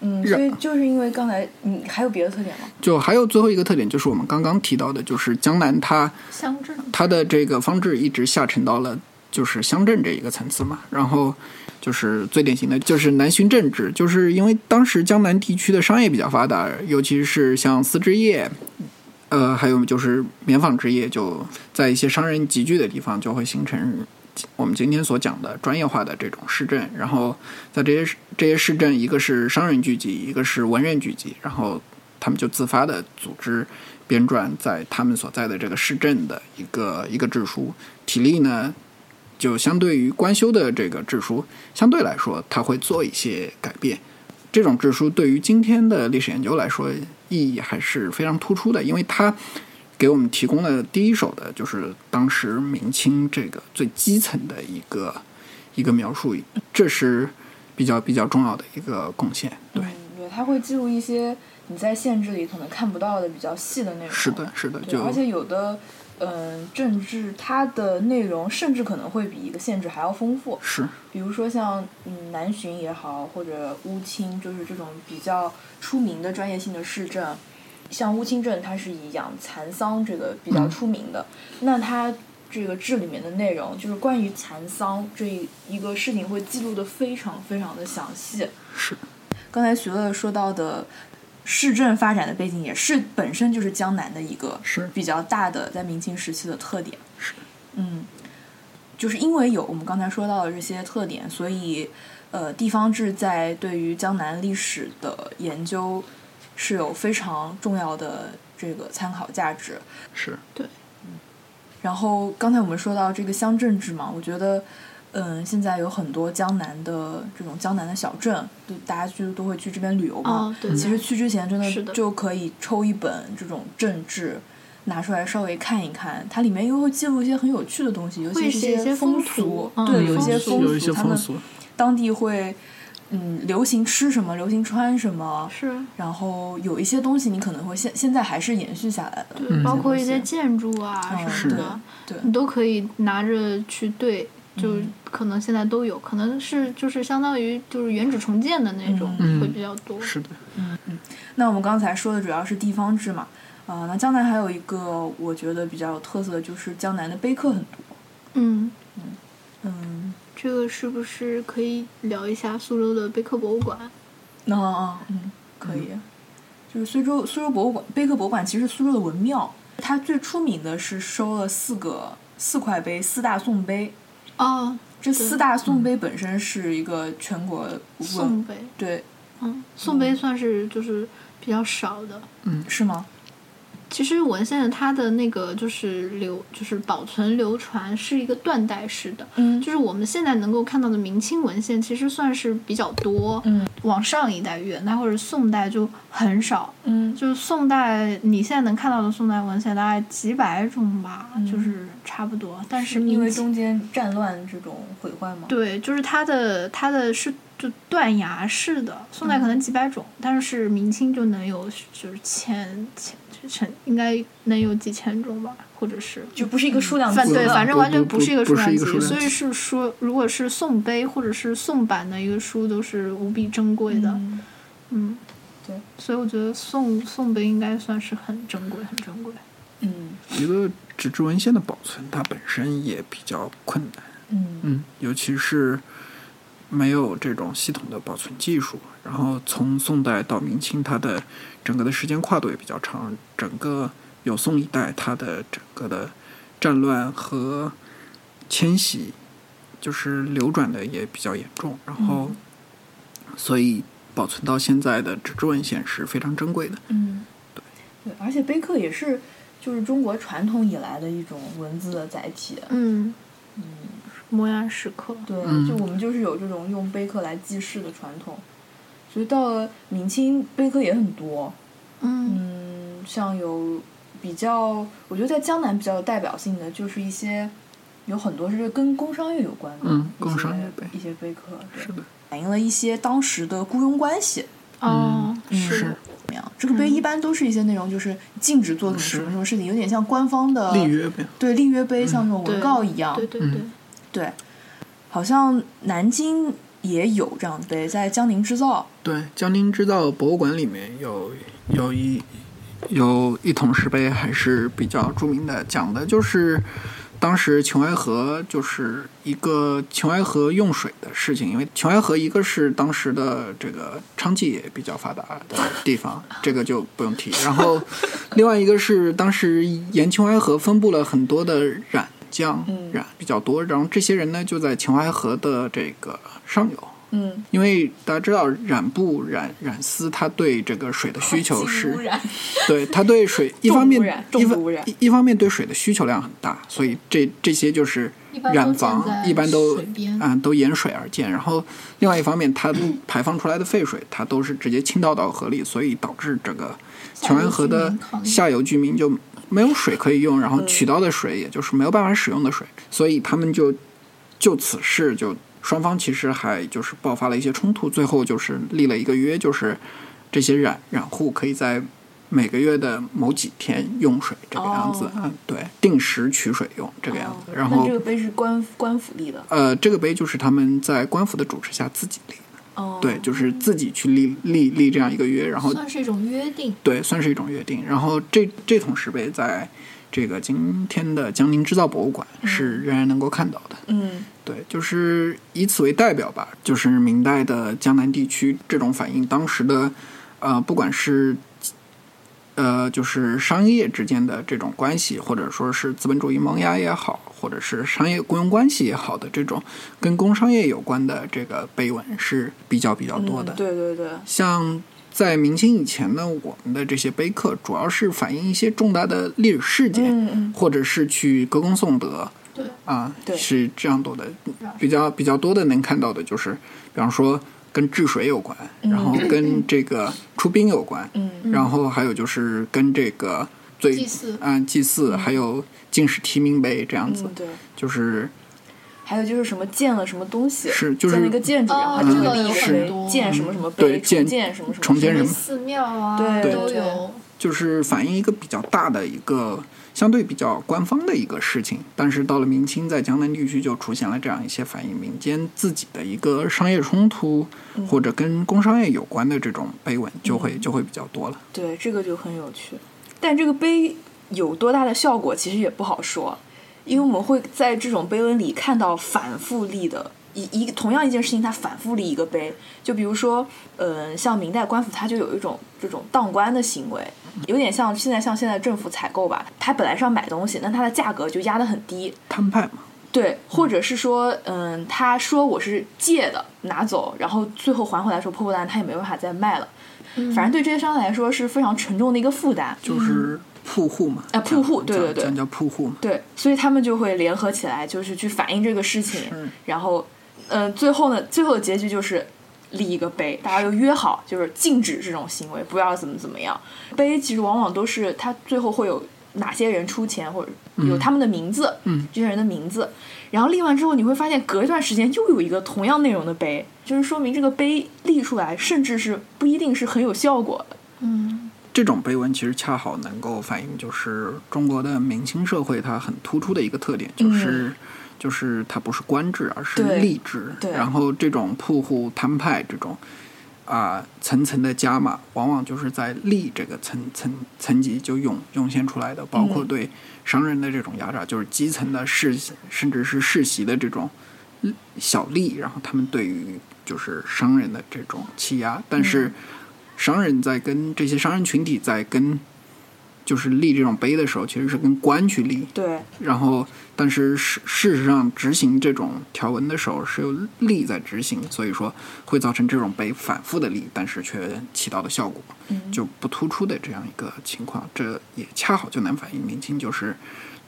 A: 嗯，所以就是因为刚才你还有别的特点吗？
B: 就还有最后一个特点，就是我们刚刚提到的，就是江南它
C: 乡镇
B: 它的这个方志一直下沉到了就是乡镇这一个层次嘛，然后就是最典型的就是南巡镇制，就是因为当时江南地区的商业比较发达，尤其是像丝织业，呃，还有就是棉纺织业，就在一些商人集聚的地方，就会形成我们今天所讲的专业化的这种市镇。然后在这些市这些市镇，一个是商人聚集，一个是文人聚集，然后他们就自发的组织编撰在他们所在的这个市镇的一个一个制书。体力呢，就相对于官修的这个制书，相对来说，它会做一些改变。这种制书对于今天的历史研究来说，意义还是非常突出的，因为它给我们提供了第一手的，就是当时明清这个最基层的一个一个描述，这是比较比较重要的一个贡献。对，
A: 嗯，对，它会记录一些你在县志里可能看不到的比较细的内容。
B: 是的，是的，
A: 对，
B: 就
A: 而且有的，嗯、政治它的内容甚至可能会比一个县志还要丰富。
B: 是
A: 比如说像嗯南巡也好，或者乌青，就是这种比较出名的专业性的市镇，像乌青镇，它是以养蚕桑这个比较出名的。那它这个志里面的内容，就是关于蚕桑这一一个事情，会记录的非常非常的详细。
B: 是
A: 刚才徐乐乐说到的市政发展的背景，也是本身就是江南的一个
B: 是
A: 比较大的在明清时期的特点。
B: 是
A: 嗯，就是因为有我们刚才说到的这些特点，所以呃，地方志在对于江南历史的研究是有非常重要的这个参考价值。
B: 是
A: 然后刚才我们说到这个乡镇制嘛，我觉得，嗯，现在有很多江南的这种江南的小镇，就大家就都会去这边旅游嘛。
C: 哦，
B: 嗯
C: 对，
A: 其实去之前真
C: 是
A: 的
C: 的
A: 就可以抽一本这种政治拿出来稍微看一看，它里面又会记录一些很有趣的东西，尤
C: 会
A: 其是
C: 写一些
A: 风
C: 风俗嗯
A: 对，
C: 有
A: 一些
C: 风俗
A: 风
B: 有一些
A: 他
B: 风
A: 们
B: 俗，
A: 当地会嗯流行吃什么，流行穿什么，
C: 是
A: 然后有一些东西你可能会现现在还是延续下来的，
C: 对，包括一些
A: 东西
C: 建筑啊
B: 哦
A: 嗯
C: 什么的，
A: 对对
C: 你都可以拿着去对，就
B: 嗯
C: 可能现在都有，可能是就是相当于就是原址重建的那种
B: 嗯
C: 会比较多。
B: 是的，
A: 那我们刚才说的主要是地方志嘛，啊、那江南还有一个我觉得比较有特色的就是江南的碑刻很多，
C: 嗯，
A: 嗯，
C: 这个是不是可以聊一下苏州的碑刻博物馆？
A: 那、嗯可以，就是苏州苏州博物馆碑刻博物馆其实是苏州的文庙，它最出名的是收了四个四块碑，四大宋碑。
C: 哦，
A: 这四大宋碑本身是一个全国文
C: 宋碑，
A: 对
C: 嗯，宋碑算是就是比较少的。
A: 是吗？
C: 其实文献它的那个就是流，就是保存流传是一个断代式的，
A: 嗯
C: 就是我们现在能够看到的明清文献，其实算是比较多。
A: 嗯，
C: 往上一代元代或者宋代就很少。
A: 嗯
C: 就是宋代，你现在能看到的宋代文献大概几百种吧，就是差不多。但是
A: 嗯因为
C: 明清
A: 中间战乱这种毁坏吗？
C: 对，就是它的它的是就断崖式的，宋
A: 嗯
C: 代可能几百种，但是明清就能有就是千千就成应该能有几千种吧，或者是
A: 就不是一个数量
C: 嗯反
A: 级
C: 对，
A: 的
C: 反正
B: 不
C: 完全
B: 不
C: 是一个
B: 不
C: 数量
B: 是一
C: 级，
B: 个数量
C: 所以
B: 级
C: 是说，如果是宋碑或者是宋版的一个书，都是无比珍贵的。
A: 嗯
C: 嗯，
A: 对，
C: 所以我觉得宋宋碑应该算是很珍贵，很珍贵。
A: 嗯
B: 一个纸质文献的保存，它本身也比较困难。
A: 嗯
B: 嗯，尤其是没有这种系统的保存技术，然后从宋代到明清，它的整个的时间跨度也比较长，整个有宋一代，它的整个的战乱和迁徙就是流转的也比较严重，然后所以保存到现在的纸质文献是非常珍贵的。
A: 嗯，对，而且碑刻也是就是中国传统以来的一种文字的载体。
C: 嗯，摩崖石刻，
A: 对，
B: 嗯
A: 就我们就是有这种用碑刻来记事的传统，所以到了明清碑刻也很多。
C: 嗯
A: 嗯，像有比较，我觉得在江南比较有代表性的就是一些。有很多是跟工商业有关的，
B: 嗯
A: 一些
B: 工商业碑
A: 一些碑刻，对
B: 是的，
A: 反映了一些当时的雇佣关系。
C: 哦，
A: 嗯
B: 是
C: 是
A: 怎么样？这个碑一般都是一些内容，就是禁止做什么什
B: 嗯是
A: 么什么事情，有点像官方的
B: 立约呗，
A: 对立约碑，像那种
C: 对
A: 文告一样。
C: 对对
B: 嗯
C: 对，
A: 对好像南京也有这样的碑，在江宁制造。
B: 对，江宁织造博物馆里面有有一有一桶石碑，还是比较著名的，讲的就是当时琼崖河就是一个琼崖河用水的事情，因为琼崖河一个是当时的这个娼妓也比较发达的地方，这个就不用提。然后另外一个是当时沿琼崖河分布了很多的染匠
A: 嗯，
B: 染比较多，然后这些人呢就在琼崖河的这个上游。
A: 嗯，
B: 因为大家知道染布、染染丝，它对这个水的需求
A: 净污
B: 是，
A: 染。
B: 对它对水一方
A: 重污染
B: 面
A: 重
B: 一
A: 度
B: 方
A: 污染
B: 一一方面对水的需求量很大，所以这这些就是
C: 一般都
B: 染
C: 建
B: 房
C: 在
B: 一般都
C: 水边
B: 啊、都沿水而建，然后另外一方面它排放出来的废水，它都是直接倾倒到河里，所以导致整个
C: 下游
B: 琼崖河
C: 居民
B: 的
C: 抗议
B: 下游居民就没有水可以用，然后取到的水也就是没有办法使用的水，所以他们就就此事就双方其实还就是爆发了一些冲突，最后就是立了一个约，就是这些染染户可以在每个月的某几天用水这个样子，
A: 哦
B: 嗯，对，定时取水用这个样子，然
A: 那
B: 后
A: 这个碑是官官府立的。
B: 呃，这个碑就是他们在官府的主持下自己立的，
A: 哦，
B: 对，就是自己去立立立这样一个约，然后
C: 算是一种约定。
B: 对，算是一种约定。然后这这桶石碑在这个今天的江宁织造博物馆是仍然能够看到的。
A: 嗯
B: 对，就是以此为代表吧，就是明代的江南地区这种反映当时的，呃，不管是呃，就是商业之间的这种关系，或者说是资本主义萌芽也好，或者是商业雇佣关系也好的这种跟工商业有关的这个碑文是比较比较多的。
A: 嗯对对对，
B: 像在明清以前呢，我们的这些碑刻主要是反映一些重大的历史事件，
A: 嗯嗯
B: 或者是去歌功颂德，
C: 对
B: 啊，
A: 对
B: 是这样多的，比较比较多的能看到的就是，比方说跟治水有关，然后跟这个出兵有关，
A: 嗯
B: 然后还有就是跟这个最
C: 祭祀
B: 啊祭祀，还有进士提名碑这样子，
A: 嗯对。
B: 就是
A: 还有就是什么建了什么东西，
B: 是就是
A: 建了一个建筑，然后它
C: 哦
A: 这个
C: 这个
A: 立
C: 有
A: 碑
C: 很多
A: 建什么什么
B: 对
A: 碑，
B: 建
A: 重建什么什么
B: 重建
A: 什
B: 什
A: 么
B: 么
C: 寺庙啊
A: 对
C: 都
A: 对
C: 有，
B: 就是反映一个比较大的一个相对比较官方的一个事情，但是到了明清，在江南地区就出现了这样一些反映民间自己的一个商业冲突、
A: 嗯
B: 或者跟工商业有关的这种碑文，就会就会比较多了。
A: 对，这个就很有趣。但这个碑有多大的效果，其实也不好说，因为我们会在这种碑文里看到反复立的一一个同样一件事情，它反复立一个碑。就比如说，嗯、像明代官府，它就有一种这种当官的行为，有点像现在像现在政府采购吧，它本来是要买东西，那它的价格就压得很低，
B: 摊派嘛，
A: 对，或者是说，嗯，他说我是借的拿走，然后最后还回来的时候破破烂烂，他也没办法再卖了。反正对这些商人来说是非常沉重的一个负担。
B: 就是铺户嘛，
A: 嗯啊铺户
B: 这样
A: 对对对
B: 这样叫铺户嘛。
A: 对，所以他们就会联合起来，就是去反映这个事情
B: 是。
A: 然后，嗯，最后呢，最后的结局就是立一个碑，大家就约好，就是禁止这种行为，不要怎么怎么样。碑其实往往都是他最后会有哪些人出钱，或者有他们的名字，
B: 嗯，
A: 这些人的名字。然后立完之后，你会发现隔一段时间又有一个同样内容的碑，就是说明这个碑立出来，甚至是不一定是很有效果的。
C: 嗯，
B: 这种碑文其实恰好能够反映，就是中国的明清社会它很突出的一个特点，就是、就是它不是官制，而是
A: 嗯对
B: 吏制。
A: 对
B: 然后这种铺户摊派这种啊、层层的加码，往往就是在吏这个层层层级就涌涌现出来的，包括对商人的这种压榨，就是基层的世甚至是世袭的这种嗯小利，然后他们对于就是商人的这种欺压，但
A: 嗯
B: 是商人在跟这些商人群体在跟就是立这种碑的时候，其实是跟官去立，
A: 对，
B: 然后但是事事实上执行这种条文的时候是由吏在执行，所以说会造成这种碑反复的立，但是却起到的效果就不突出的这样一个情况，这也恰好就能反映明清就是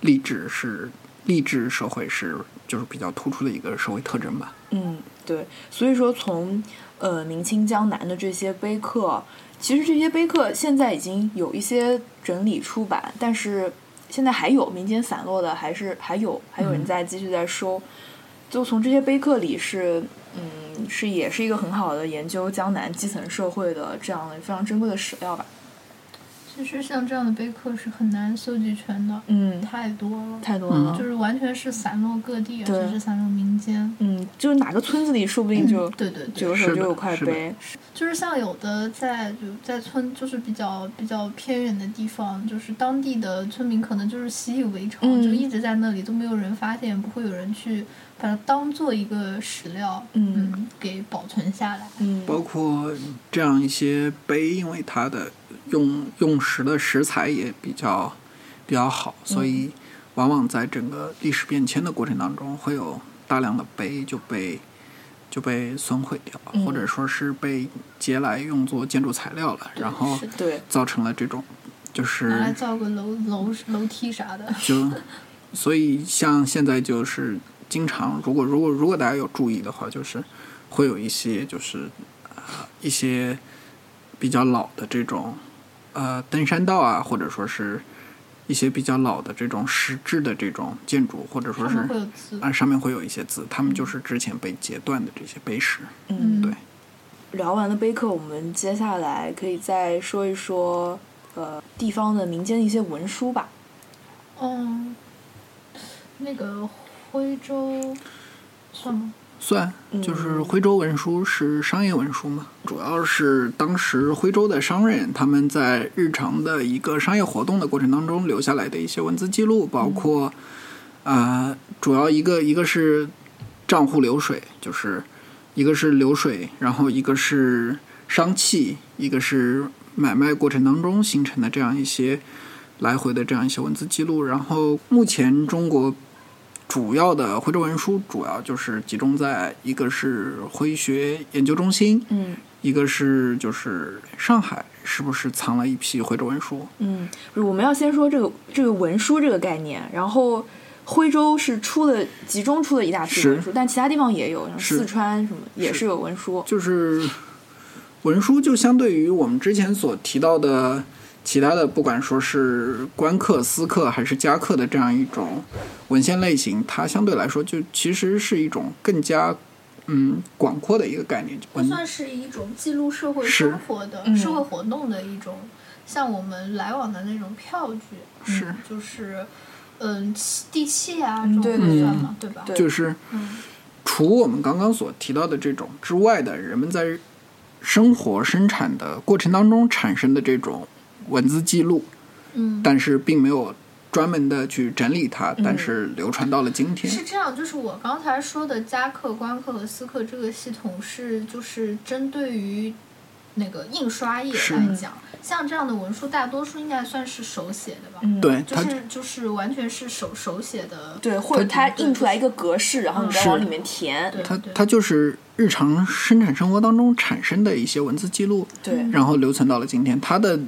B: 吏治是吏治社会是就是比较突出的一个社会特征吧。
A: 嗯，对，所以说从呃明清江南的这些碑刻，其实这些碑刻现在已经有一些整理出版，但是现在还有民间散落的，还是还有还
B: 嗯
A: 有人在继续在收。就从这些碑刻里是，嗯，是也是一个很好的研究江南基层社会的这样的非常珍贵的史料吧。
C: 其实像这样的碑刻是很难搜集全的，
A: 嗯，
C: 太多了，
A: 太多
B: 嗯
A: 了，
C: 就是完全是散落各地，而
A: 对
C: 且是散落民间。
A: 嗯，就是哪个村子里说不定就、
C: 对对对
A: 就，有手
B: 嗯是
A: 就
B: 的
A: 有块
B: 是的
A: 碑。
C: 就是像有的在就在村，就是比较比较偏远的地方，就是当地的村民可能就是习以为常，
A: 嗯
C: 就一直在那里都没有人发现，不会有人去把它当做一个史料，
A: 嗯
C: 给保存下来。
A: 嗯，
B: 包括这样一些碑，因为它的用用石的石材也比较比较好，所以往往在整个历史变迁的过程当中，会有大量的碑就被就被损毁掉，
A: 嗯
B: 或者说是被劫来用作建筑材料了，然后
C: 是的
A: 对，
B: 造成了这种就是
C: 拿来造个楼楼楼梯 啥的，
B: 就，所以像现在就是经常，如果如果如果大家有注意的话，就是会有一些就是呃一些比较老的这种呃登山道啊，或者说是一些比较老的这种石质的这种建筑，或者说
C: 上
B: 是
C: 面会有字。
B: 啊上面会有一些字，他们就是之前被截断的这些碑石。
A: 嗯
C: 嗯，
B: 对
A: 聊完了碑刻，我们接下来可以再说一说，呃，地方的民间的一些文书吧。
C: 嗯，那个徽州算吗？
B: 算，就是徽州文书是商业文书嘛，主要是当时徽州的商人他们在日常的一个商业活动的过程当中留下来的一些文字记录，包括，呃，主要一个一个是账户流水，就是一个是流水，然后一个是商气，一个是买卖过程当中形成的这样一些来回的这样一些文字记录。然后目前中国主要的徽州文书主要就是集中在一个是徽学研究中心，
A: 嗯
B: 一个是就是上海是不是藏了一批徽州文书？
A: 嗯，我们要先说这个这个文书这个概念，然后徽州是出了集中出了一大批文书，但其他地方也有，像
B: 是
A: 四川什么也
B: 是
A: 是有文书。
B: 就是文书，就相对于我们之前所提到的其他的，不管说是官刻、私刻还是家刻的这样一种文献类型，它相对来说就其实是一种更加嗯广阔的一个概念。就
C: 它
B: 文
C: 算是一种记录社会
B: 嗯是
C: 生活的、
A: 嗯
C: 社会活动的一种，像我们来往的那种票据，
B: 是
C: 嗯就是嗯契地契啊
A: 嗯
C: 这种
A: 对
C: 也
B: 对
C: 算嘛，对吧？
A: 对
B: 就是
C: 嗯
B: 除我们刚刚所提到的这种之外的，人们在生活生产的过程当中产生的这种文字记录，
C: 嗯。
B: 但是并没有专门的去整理它，但是流传到了今天。
C: 是这样，就是我刚才说的加课、官课和私课这个系统是，就是针对于那个印刷业
B: 是
C: 来讲，像这样的文书，大多数应该算是手写的吧，
A: 嗯，
B: 对，
C: 就
B: 它
C: 是就是完全是手手写的，
A: 对，或者它印出来一个格式，然后你再
B: 是
A: 往里面填。
C: 对
B: 它
C: 对
B: 它就是日常生产生活当中产生的一些文字记录，
A: 对，
B: 然后留存到了今天。它的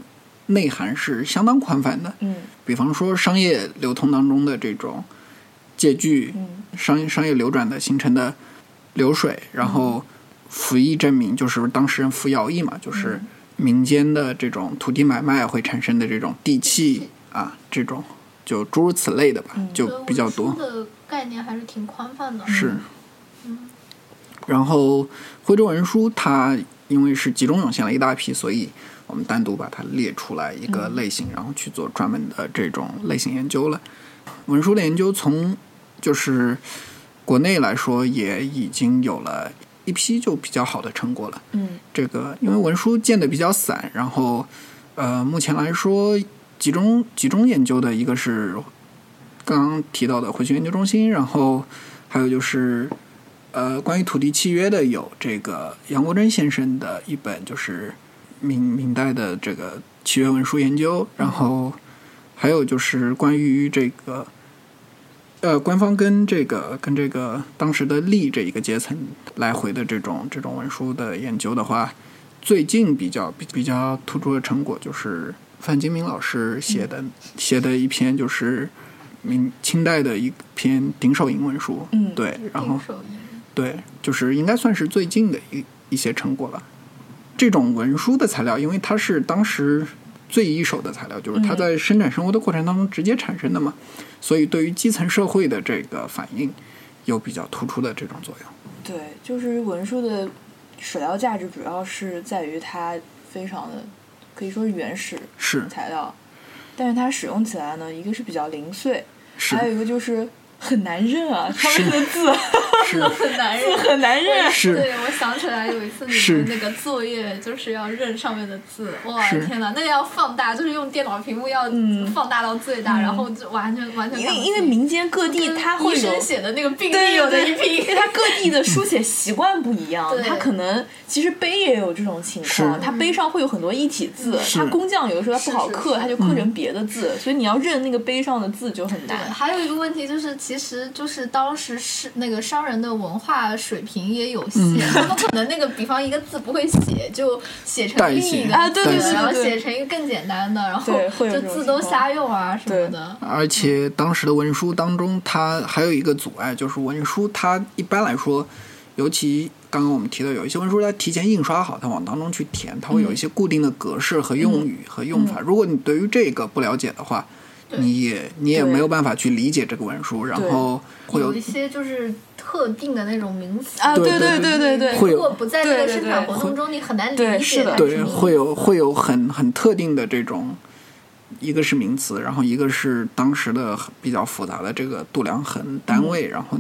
B: 内涵是相当宽泛的，
A: 嗯
B: 比方说商业流通当中的这种借据，
A: 嗯
B: 商业商业流转的形成的流水，然
A: 嗯
B: 后服役证明就是当事人服徭役嘛，就是
A: 嗯
B: 民间的这种土地买卖会产生的这种地契啊，这种就诸如此类的吧，
A: 嗯
B: 就
C: 所以
B: 比较
C: 文
B: 多。
C: 书的概念还是挺宽泛的，
B: 是，然后徽州文书它因为是集中涌现了一大批，所以我们单独把它列出来一个类型，然后去做专门的这种类型研究了。文书的研究从就是国内来说也已经有了一批就比较好的成果了。
A: 嗯
B: 这个因为文书建的比较散，然后呃，目前来说集中集中研究的一个是刚刚提到的回学研究中心，然后还有就是呃，关于土地契约的有这个杨国珍先生的一本就是明明代的这个契约文书研究，然后还有就是关于这个。呃，官方跟这个跟这个当时的吏这一个阶层来回的这种这种文书的研究的话，最近比较比比较突出的成果就是范金明老师写的、写的一篇就是明清代的一篇丁寿银文书，
A: 嗯
B: 对，然后
C: 定手印。
B: 对，就是应该算是最近的一一些成果了。这种文书的材料，因为它是当时最一手的材料，就是它
A: 嗯
B: 在生产生活的过程当中直接产生的嘛，所以对于基层社会的这个反应有比较突出的这种作用。
A: 嗯对，就是文书的史料价值主要是在于它非常的可以说是原始
B: 是
A: 材料，但是它使用起来呢，一个是比较零碎，
B: 是
A: 还有一个就是很难认啊，他们的字
B: 是
C: 很难认。
A: 很难认。
B: 是
C: 对，我想起来有一次你
B: 是
C: 们那个作业就是要认上面的字，哇
B: 是
C: 天哪，那个要放大，就是用电脑屏幕要
A: 嗯
C: 放大到最大，然后就完全完全
A: 因
C: 看
A: 为
C: 不
A: 因为
C: 清
A: 民间各地
C: 跟
A: 它会
C: 医
A: 有
C: 生写的那个病
A: 对
C: 历有的一
A: 因为
C: 拼，
A: 它各地的书写习惯不一样，
C: 对
A: 它可能其实碑也有这种情
B: 是
A: 况，它碑上会有很多一体字，
B: 是
A: 它工匠有的时候它不好
C: 是是
A: 刻，
C: 是
A: 它就刻
B: 嗯
A: 成别的字，所以你要认那个碑上的字就很
C: 对，
A: 难。
C: 还有一个问题就是，其实就是当时是那个商人的文化水平也有
B: 嗯
C: 限，他们可能那个比方一个字不会写，就写成
B: 代
C: 另
B: 写
C: 一个
A: 啊对
B: 对
C: 字
B: 对
C: 然后
A: 对
C: 写成一个更简单的，然后
A: 对会有
C: 就
A: 这种
C: 字
A: 情
C: 都
A: 况
C: 瞎用啊什
A: 对
C: 么的。
B: 而且当时的文书当中，它还有一个阻碍，就是文书它一般来说，尤其刚刚我们提到有一些文书，它提前印刷好，它往当中去填，它会有一些固定的格式和用语和用法。如果你对于这个不了解的话，你也你也
A: 对
B: 没有办法去理解这个文书，然后会有
C: 有一些就是特定的那种名词
A: 啊，
B: 对
A: 对对
B: 对
A: 对对
B: 会有
C: 如果不在这
A: 对
C: 个
A: 对
C: 生
A: 对
C: 产活动中，你很难理
A: 对
C: 解
A: 是的
C: 它
B: 对
C: 什么意思
B: 会有会有很很特定的这种。一个是名词，然后一个是当时的比较复杂的这个度量衡单位，然后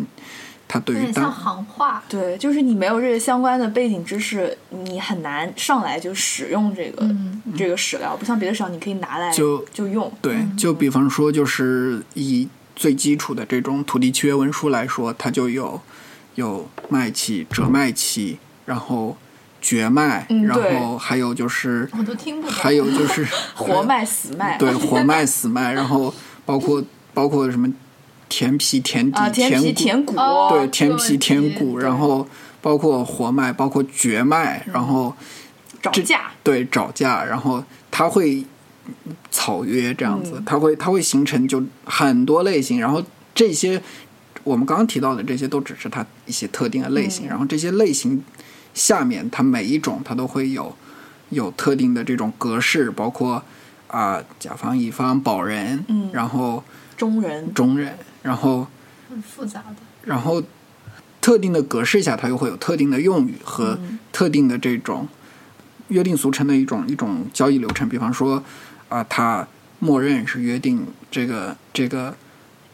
B: 它对
C: 有
B: 于
C: 点
B: 单
C: 像行话。
A: 对，就是你没有这个相关的背景知识，你很难上来就使用这个
C: 嗯
A: 这个史料，不像别的史料你可以拿来
B: 就
A: 就用。
B: 对，就比方说，就是以最基础的这种土地契约文书来说，它就有有卖契、折卖契，然后绝脉，
A: 嗯
B: 然
A: 对
B: 后还有就是
C: 我都听不懂。
B: 还有就是
A: 活脉、死脉，
B: 对，活脉、死脉，然后包括包括什么田皮、田底、
A: 啊，田皮、
B: 骨，
A: 田骨，啊
C: 哦
B: 对，
C: 这个
B: 田皮、
C: 问
B: 田
C: 题
B: 骨，
C: 对
B: 然后包括活脉，包括厥脉，然后
A: 找
B: 这
A: 架，
B: 对找架，然后它会草约这样子，
A: 嗯
B: 它会它会形成就很多类型，然后这些我们刚刚提到的这些都只是它一些特定的类型，
A: 嗯
B: 然后这些类型下面它每一种它都会有有特定的这种格式，包括啊、甲方、乙方、保人，
A: 嗯
B: 然后
A: 中人，
B: 中人，然后
C: 很复杂的，
B: 然后特定的格式下，它又会有特定的用语和
A: 嗯
B: 特定的这种约定俗成的一种一种交易流程。比方说，啊、它默认是约定这个这个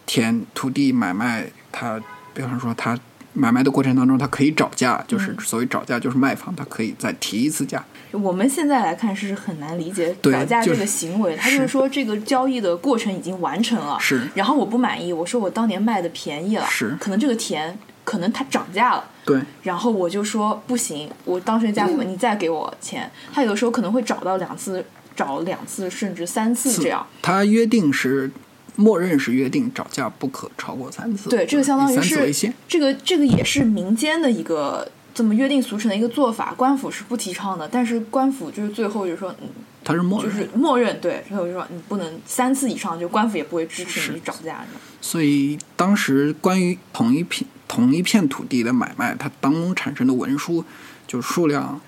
B: 田土地买卖，它比方说它买卖的过程当中，它可以找价，就是
A: 嗯
B: 所谓找价就是卖方，它可以再提一次价。
A: 我们现在来看是很难理解
B: 对
A: 找架
B: 就
A: 这
B: 是
A: 个行为，他就是是说这个交易的过程已经完成了，
B: 是
A: 然后我不满意，我说我当年卖的便宜了，
B: 是
A: 可能这个田可能它涨价了。
B: 对，
A: 然后我就说不行，我当时价格你再给我钱。他有时候可能会找到两次，找两次甚至三次这样。
B: 它约定是。默认是约定找价不可超过三次，
A: 对，这个相当
B: 以
A: 于
B: 三次为
A: 是
B: 限。
A: 这个这个也是民间的一个这么约定俗成的一个做法，官府是不提倡的。但是官府就是最后就是说，嗯，
B: 它是默
A: 就
B: 认，
A: 是默认对，所以我就说你不能三次以上，就官府也不会支持你
B: 是
A: 涨价的。
B: 所以当时关于同一片同一片土地的买卖，它当中产生的文书就数量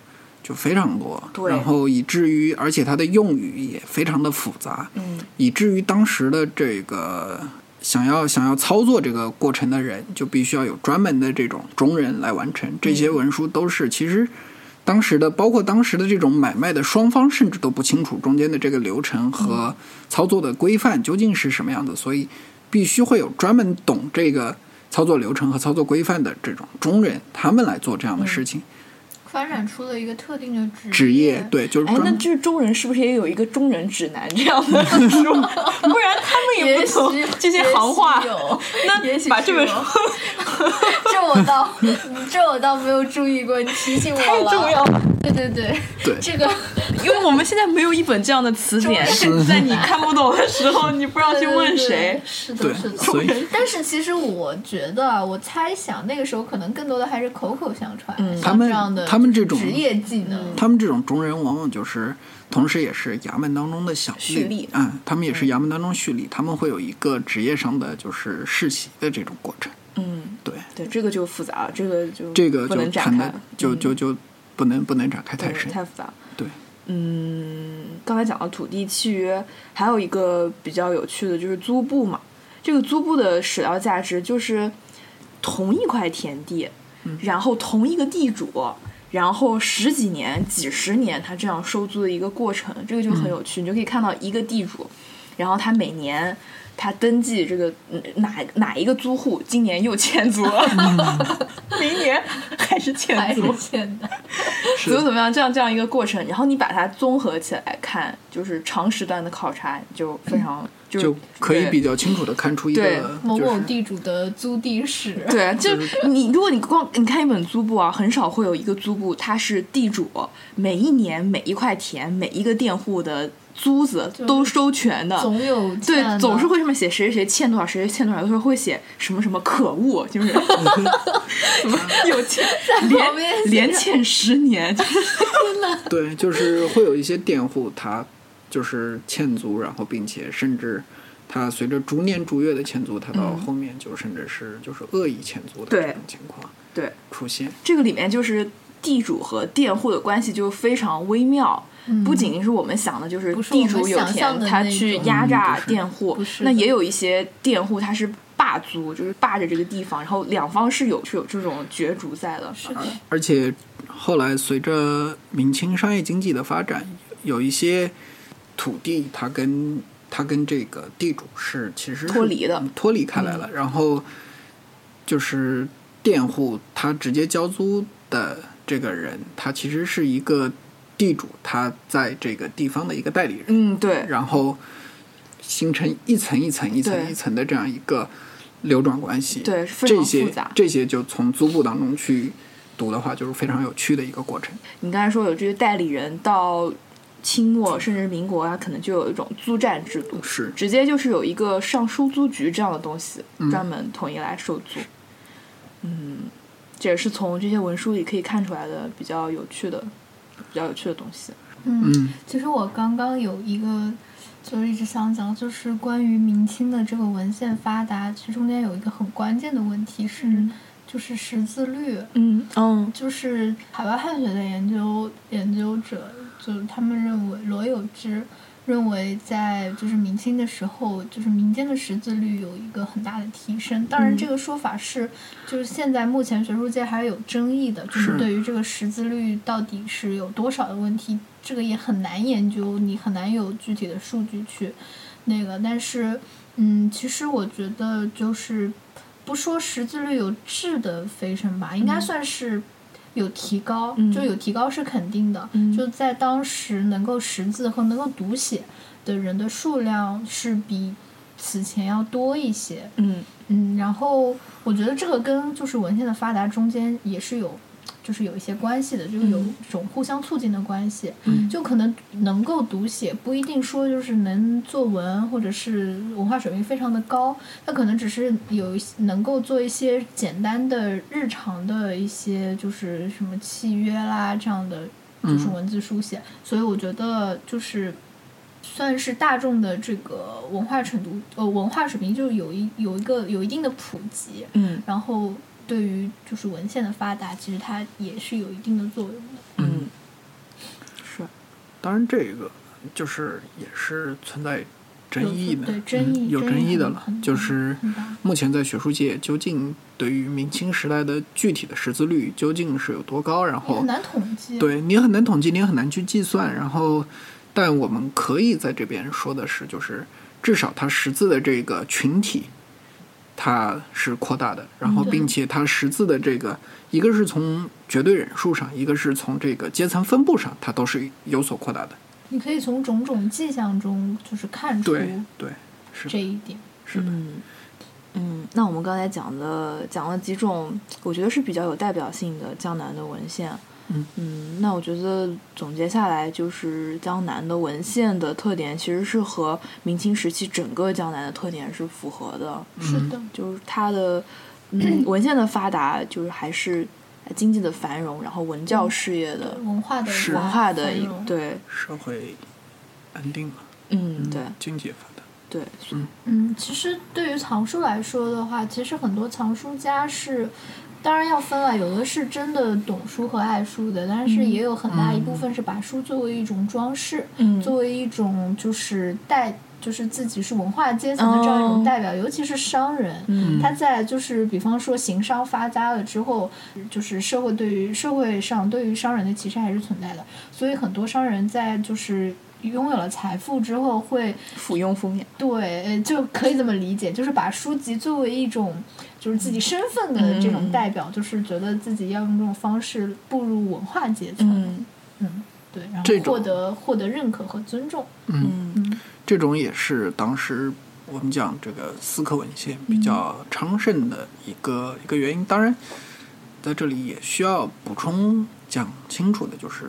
B: 就非常多，
A: 对
B: 然后以至于而且它的用语也非常的复杂，
A: 嗯，
B: 以至于当时的这个想要想要操作这个过程的人，就必须要有专门的这种中人来完成。这
A: 嗯
B: 些文书都是其实当时的，包括当时的这种买卖的双方，甚至都不清楚中间的这个流程
A: 嗯
B: 和操作的规范究竟是什么样子，所以必须会有专门懂这个操作流程和操作规范的这种中人，他们来做这样
A: 嗯
B: 的事情。
C: 发展出了一个特定的职
B: 职业对，就是
A: 哎，那
B: 专。
A: 这中人是不是也有一个中人指南这样的书？ 不然他们也
C: 也
A: 不
C: 许
A: 懂 这些行话
C: 也许。有，
A: 那
C: 也许
A: 把这本
C: 是
A: 书
C: 有这我倒 这我倒没有注意过，你提醒我
A: 太
C: 了。
A: 重要了，
C: 对对对，
B: 对
C: 这个
A: 因为我们现在没有一本这样的词典，在你看不懂的时候，你不知道去问谁。？
C: 对
B: 对
C: 对 对是的，是，的。
B: 所以
C: 但是其实我觉得啊，我猜想那个时候可能更多的还是口口相传，像
B: 嗯他们
C: 这样的
B: 他们这种嗯
C: 职业技能，
B: 他们这种中人往往就是，同时也是衙门当中的小
A: 蓄力
B: 嗯，他们也是衙门当中蓄力，他们会有一个职业上的就是世袭的这种过程。
A: 嗯，
B: 对，
A: 对，这个就复杂了，这个就
B: 这个
A: 不
B: 就
A: 能展
B: 谈
A: 开
B: 的，就就就不能不能展开太
A: 对
B: 深。
A: 太复杂了。
B: 对，
A: 嗯，刚才讲到土地契约，还有一个比较有趣的就是租布嘛。这个租布的史料价值就是同一块田地，然后同一个地主，然后十几年、几十年，他这样收租的一个过程，这个就很有趣。你就可以看到一个地主，然后他每年他登记这个嗯哪哪一个租户，今年又欠租了，明年还是
C: 还
A: 欠
C: 是
A: 租，
C: 现代。
A: 怎么怎么样，这样这样一个过程，然后你把它综合起来看，就是长时段的考察，就非常就是
B: 嗯就可以
A: 嗯对
B: 比较清楚的看出一个、
A: 对
B: 就是、
C: 某某地主的租地 史，
A: 对，就你如果你光你看一本租布啊，很少会有一个租布，它是地主每一年每一块田每一个佃户的租子都收全的，
C: 总有欠
A: 对，
C: 的
A: 总是会上面写谁谁谁欠多少，谁谁欠多少，有时候会写什么什么可恶， 就是什么有欠
C: 旁边写
A: 连
C: 着
A: 连欠十年，就是
B: 对，就是会有一些佃户他就是欠租，然后并且甚至。他随着逐年逐月的欠租，他到后面就甚至是就是恶意欠租的
A: 嗯对
B: 这种情况
A: 对。
B: 出现。
A: 这个里面就是地主和佃户的关系就非常微妙。不仅是我们想的，就是
C: 嗯不是
A: 地主
C: 我们
A: 有
C: 想象
A: 钱，
C: 的
A: 他
C: 那
A: 去
C: 种
A: 压榨
B: 嗯不是
A: 佃户
C: 不；是
A: 那
C: 的
A: 也有一些佃户他是霸租，就是霸着这个地方，然后两方是有是有这种角逐在的。
C: 是的，
B: 而且后来随着明清商业经济的发展，有一些土地它跟它跟这个地主是其实是
A: 脱离的
B: 嗯脱离开来了。然后就是佃户他直接交租的这个人，他其实是一个地主，他在这个地方的一个代理人。
A: 嗯，对，
B: 然后形成一层一层一层
A: 对
B: 一层的这样一个流转关系。
A: 对非常
B: 这些
A: 复杂
B: 这些就从租布当中去读的话，就是非常有趣的一个过程。
A: 你刚才说有这个代理人到清末甚至民国啊，可能就有一种租占制度，
B: 是
A: 直接就是有一个上书租局这样的东西，专门统一来收租。嗯，这也是从这些文书里可以看出来的比较有趣的、比较有趣的东西。
B: 嗯
C: 其实我刚刚有一个，就是一直想讲，就是关于明清的这个文献发达，其实中间有一个很关键的问题是，
B: 嗯
C: 就是识字率，
A: 嗯嗯
C: 就是海外汉学的研究研究者，就是他们认为罗有之认为，在就是明清的时候，就是民间的识字率有一个很大的提升。当然，
A: 嗯
C: 这个说法是、就是现在目前学术界还是有争议的，就是
B: 是
C: 对于这个识字率到底是有多少的问题，这个也很难研究，你很难有具体的数据去那个。但是，嗯，其实我觉得就是不说识字率有质的飞升吧，应该算是有提高，
A: 嗯
C: 就有提高是肯定的。
A: 嗯
C: 就在当时能够识字和能够读写的人的数量是比此前要多一些。
A: 嗯
C: 嗯，然后我觉得这个跟就是文献的发达中间也是有。就是有一些关系的，就是有
A: 嗯
C: 一种互相促进的关系，
A: 嗯
C: 就可能能够读写，不一定说就是能作文或者是文化水平非常的高，他可能只是有一些能够做一些简单的日常的一些就是什么契约啦这样的，就是
A: 嗯
C: 文字书写，所以我觉得就是算是大众的这个文化程度呃文化水平就有一有一个有一定的普及，
A: 嗯
C: 然后对于就是文献的发达，其实它也是有一定的作用的。
A: 嗯，是
B: 当然这个就是也是存在争议的，
C: 对争议
B: 嗯、有
C: 争
B: 争
C: 议
B: 议的
C: 很
B: 了
C: 很，
B: 就是
C: 很大
B: 目前在学术界究竟对于明清时代的具体的识字率究竟是有多高，然
C: 也
A: 哦
B: 后
C: 很难统计。
B: 对你很难统计，你也很难去计算。然后，但我们可以在这边说的是，就是至少它识字的这个群体，它是扩大的。然后，
C: 对
B: 并且它识字的这个，一个是从绝对人数上，一个是从这个阶层分布上，它都是有所扩大的。
C: 你可以从种种迹象中就是看出
B: 对对，是
C: 这
B: 的，
C: 一点。
B: 是的，
A: 嗯，嗯，那我们刚才讲的讲了几种，我觉得是比较有代表性的江南的文献。
B: 嗯
A: 那我觉得总结下来就是江南的文献的特点其实是和明清时期整个江南的特点是符合的，
C: 是的，
A: 就是它的嗯文献的发达，就是还是经济的繁荣，然后文教事业的
C: 文化的
A: 嗯
B: 是
A: 文化的
C: 繁
A: 一
C: 荣，
A: 对，
B: 社会安定了，
A: 嗯，对
B: 经济也发达。
A: 对，
C: 嗯，其实对于藏书来说的话，其实很多藏书家是，当然要分了，有的是真的懂书和爱书的，但是也有很大一部分是把书作为一种装饰，
A: 嗯
C: 作为一种就是代，就是自己是文化阶层的这样一种
A: 哦
C: 代表，尤其是商人，
A: 嗯
C: 他在就是比方说行商发家了之后，就是社会对于社会上对于商人的歧视还是存在的，所以很多商人在就是拥有了财富之后会。
A: 附庸风雅，
C: 对，呃就可以这么理解，就是把书籍作为一种就是自己身份的这
A: 嗯
C: 种代表，就是觉得自己要用这种方式步入文化阶层，
A: 嗯
C: 嗯对，然
B: 这
C: 后
B: 种
C: 获得获得认可和尊重，
A: 嗯
B: 这种也是当时我们讲这个思科文献比较昌盛的一个、一个原因。当然，在这里也需要补充讲清楚的，就是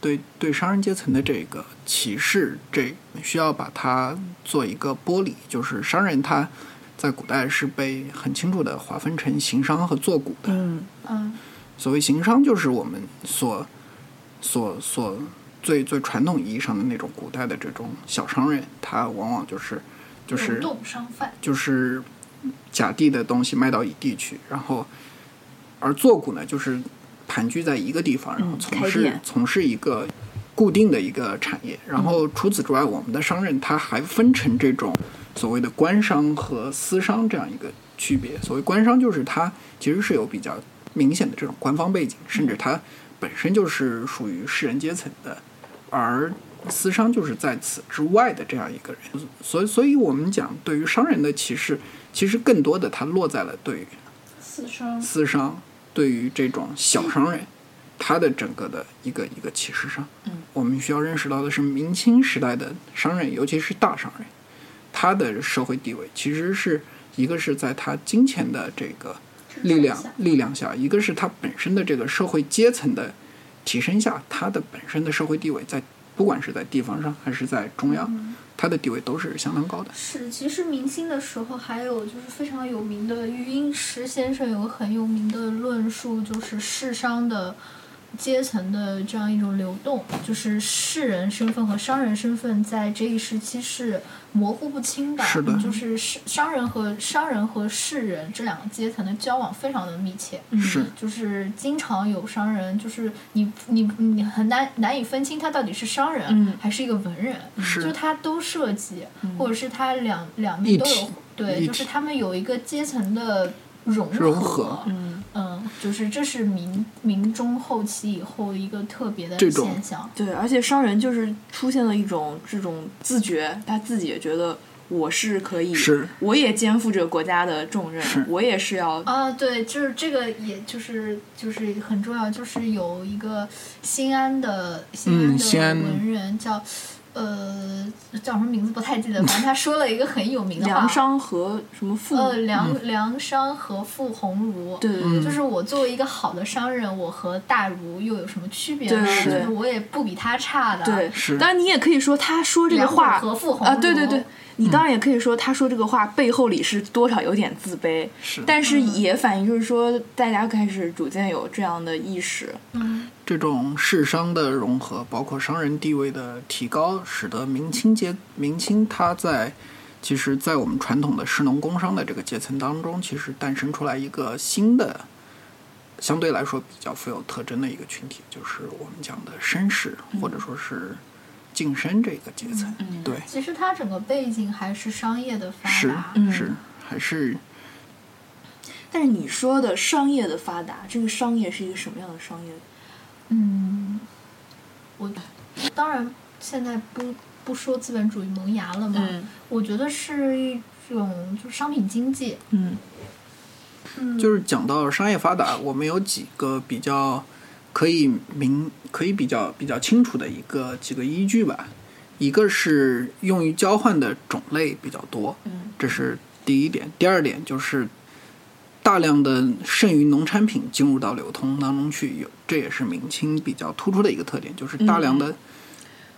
B: 对对商人阶层的这个歧视，这需要把它做一个剥离，就是商人他。在古代是被很清楚的划分成行商和做股的，
A: 嗯
C: 嗯
B: 所谓行商，就是我们所所所最最传统意义上的那种古代的这种小商人，他往往就是就是
C: 流动商贩，
B: 就是甲地的东西卖到乙地去，然后而坐骨呢，就是盘踞在一个地方，然后
A: 嗯
B: 从
A: 开
B: 事、
A: 店
B: 从事一个固定的一个产业。然后
A: 嗯
B: 除此之外，我们的商人他还分成这种所谓的官商和私商这样一个区别。所谓官商就是他其实是有比较明显的这种官方背景，甚至他本身就是属于士人阶层的，而私商就是在此之外的这样一个人。所以，所以我们讲对于商人的歧视，其实更多的它落在了对于
C: 私商，
B: 私商对于这种小商人，他的整个的一个一个歧视上。
A: 嗯，
B: 我们需要认识到的是，明清时代的商人，尤其是大商人，他的社会地位其实是一个是在他金钱的这个力量力量下，一个是它本身的这个社会阶层的提升下，它的本身的社会地位在不管是在地方上还是在中央，它的地位都是相当高的。
C: 是，其实明清的时候，还有就是非常有名的余英时先生有个很有名的论述，就是士商的阶层的这样一种流动，就是士人身份和商人身份在这一时期是模糊不清的，
B: 是的
C: 就是士商人和商人和士人这两个阶层的交往非常的密切，嗯
B: 是
C: 就是经常有商人，就是你你你很难难以分清他到底是商人、
A: 嗯
C: 还是一个文人，
B: 是
C: 就他都涉及，或者是他两两
B: 一
C: 面都
B: 体
C: 有，对，
B: 一
C: 就是
B: 体
C: 他们有一个阶层的融合，
B: 融合
A: 嗯，
C: 嗯，就是这是明明中后期以后一个特别的
B: 这种
C: 现象，
A: 对，而且商人就是出现了一种这种自觉，他自己也觉得我是可以，
B: 是
A: 我也肩负着国家的重任
B: 是，
A: 我也是要
C: 啊，对，就是这个，也就是就是很重要，就是有一个新安的
B: 嗯
C: 新
B: 新安
C: 安的文人叫，呃，叫什么名字不太记得，反正他说了一个很有名的话，
A: 梁商和什么父
C: 呃，梁梁商和傅鸿儒，
A: 对对
B: 嗯
C: 就是我作为一个好的商人，我和大儒又有什么区别
A: 对
C: 呢？
A: 对
C: 就
A: 对
C: 是我也不比他差的，
A: 对，
B: 是
A: 当然你也可以说他说这个
C: 梁
A: 话
C: 和傅鸿儒
A: 啊，对对对，，你当然也可以说他说这个话背后里是多少有点自卑，
B: 是
A: 但是
C: 嗯
A: 也反映就是说大家开始逐渐有这样的意识，
C: 嗯，
B: 这种士商的融合，包括商人地位的提高，使得明清阶明清它在其实，在我们传统的士农工商的这个阶层当中，其实诞生出来一个新的，相对来说比较富有特征的一个群体，就是我们讲的绅士，或者说是晋升这个阶层。对，
C: 其实他整个背景还是商业的发
B: 是
C: 达，
B: 是还是
A: 但是你说的商业的发达，这个商业是一个什么样的商业？
C: 嗯，我当然现在不不说资本主义萌芽了嘛，
A: 嗯
C: 我觉得是一种就是商品经济，
A: 嗯
C: 嗯，
B: 就是讲到商业发达，我们有几个比较可以明、可以比较比较清楚的一个几个依据吧。一个是用于交换的种类比较多，
A: 嗯，
B: 这是第一点。第二点就是大量的剩余农产品进入到流通当中去，有这也是明清比较突出的一个特点，就是大量的
A: 嗯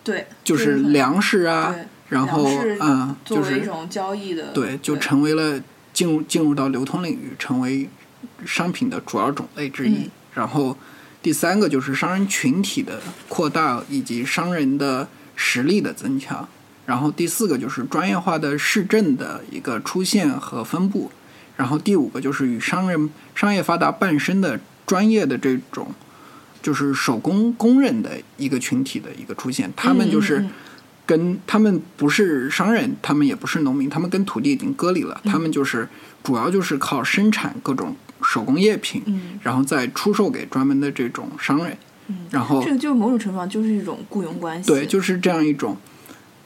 A: 对，
B: 就是粮食啊，
A: 对
B: 然后
A: 粮食
B: 嗯，
A: 作
B: 就
A: 为一
B: 是
A: 种交易的，
B: 对，就成为了进入进入到流通领域，成为商品的主要种类之一。
A: 嗯
B: 然后第三个就是商人群体的扩大以及商人的实力的增强。然后第四个就是专业化的市政的一个出现和分布。然后第五个就是与商人商业发达伴生的专业的这种，就是手工工人的一个群体的一个出现，他们就是。
A: 嗯嗯
B: 跟他们不是商人，他们也不是农民，他们跟土地已经割离了，
A: 嗯
B: 他们就是主要就是靠生产各种手工业品，
A: 嗯
B: 然后再出售给专门的这种商人，
A: 嗯
B: 然后
A: 这个就是某种程度上就是一种雇佣关系，
B: 对，就是这样一种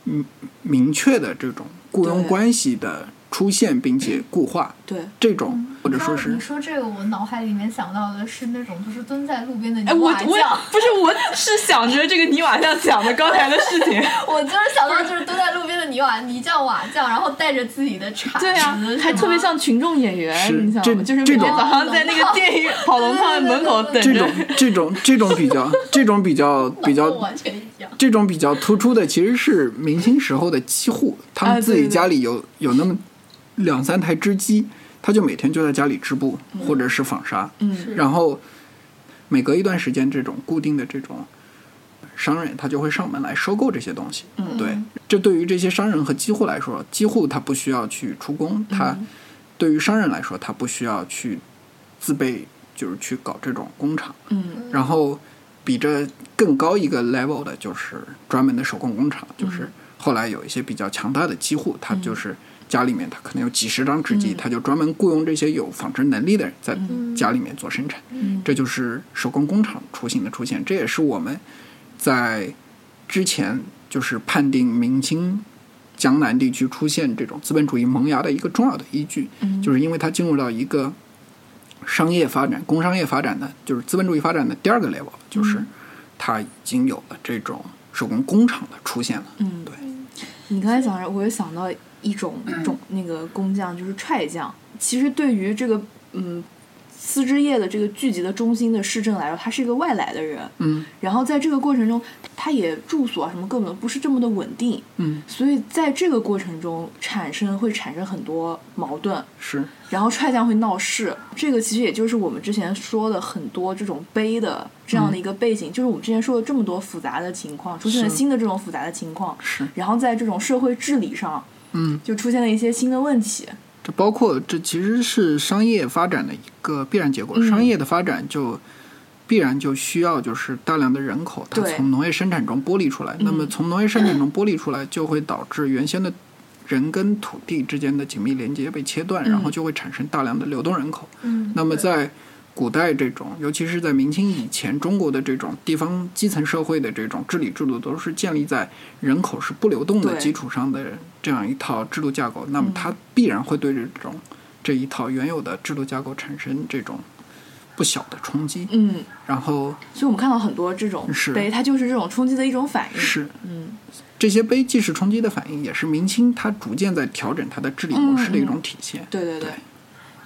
B: 嗯明确的这种雇佣
A: 对
B: 关系的出现，并且固化
A: 对。
B: 这种或者
C: 你知
B: 说
A: 嗯
C: 道
B: 是
C: 你说这个，我脑海里面想到的是那种就是蹲在路边的
A: 哎，
C: 泥
A: 我
C: 瓦匠，
A: 我不是，我是想着这个泥瓦匠讲的刚才的事情。
C: 我就是想到就是蹲在路边的泥瓦泥匠瓦匠，然后带着自己的铲 子，
A: 对呀、
C: 是吗
A: 还特别。像群众演
B: 是
A: 员，你想
B: 这
A: 吗？就是每
B: 这
A: 天
B: 种
A: 早上在那个电影跑龙套的门口等
B: 这
A: 着
B: 种。这种这种比较这种比较比
C: 跟
B: 较
C: 我完全一样，
B: 这种比较突出的其实是明清时候的鸡户，他
A: 啊
B: 们自
A: 对对
B: 己家里有有那么两三台织机，他就每天就在家里织布、或者是纺纱，
A: 嗯
B: 然后每隔一段时间，这种固定的这种商人他就会上门来收购这些东西。
A: 嗯
B: 对，这对于这些商人和机户来说，机户他不需要去出工，他
A: 嗯
B: 对于商人来说，他不需要去自备，就是去搞这种工厂。
A: 嗯
B: 然后比这更高一个 level 的就是专门的手工工厂，
A: 嗯
B: 就是后来有一些比较强大的机户，他就是家里面他可能有几十张纸机，
A: 嗯
B: 他就专门雇佣这些有纺织能力的人在家里面做生产，
A: 嗯
B: 这就是手工工厂雏形的出现，这也是我们在之前就是判定明清。江南地区出现这种资本主义萌芽的一个重要的依据，
A: 嗯
B: 就是因为它进入到一个商业发展、工商业发展的，就是资本主义发展的第二个 level，就是
A: 嗯
B: 它已经有了这种手工工厂的出现了。
A: 嗯
B: 对，
A: 你刚才讲着，我又想 到一种种那个工匠，就是踹匠。其实对于这个嗯丝织业的这个聚集的中心的市政来说，他是一个外来的人，
B: 嗯
A: 然后在这个过程中，他也住所啊什么各种不是这么的稳定，
B: 嗯，
A: 所以在这个过程中产生会产生很多矛盾，
B: 是，
A: 然后踹匠会闹事，这个其实也就是我们之前说的很多这种悲的这样的一个背景，就是我们之前说的这么多复杂的情况，出现了
B: 嗯是
A: 新的这种复杂的情况，
B: 是
A: 然后在这种社会治理上
B: 嗯，
A: 就出现了一些新的问题，
B: 这包括这其实是商业发展的一个必然结果。
A: 嗯
B: 商业的发展就必然就需要就是大量的人口，它
A: 对嗯
B: 从农业生产中剥离出来。那么从农业生产中剥离出来，就会导致原先的人跟土地之间的紧密连接被切断，
A: 嗯
B: 然后就会产生大量的流动人口。
C: 嗯，
B: 那么
C: 对
B: 在古代这种，尤其是在明清以前，中国的这种地方基层社会的这种治理制度，都是建立在人口是不流动的
A: 对
B: 基础上的这样一套制度架构。那么它必然会对这种这一套原有的制度架构产生这种不小的冲击。
A: 嗯，
B: 然后
A: 所以我们看到很多这种
B: 是
A: 悲，它就是这种冲击的一种反应，
B: 是
A: 嗯
B: 这些悲既是冲击的反应，也是明清它逐渐在调整它的治理模式的一种体现。
A: 对对对，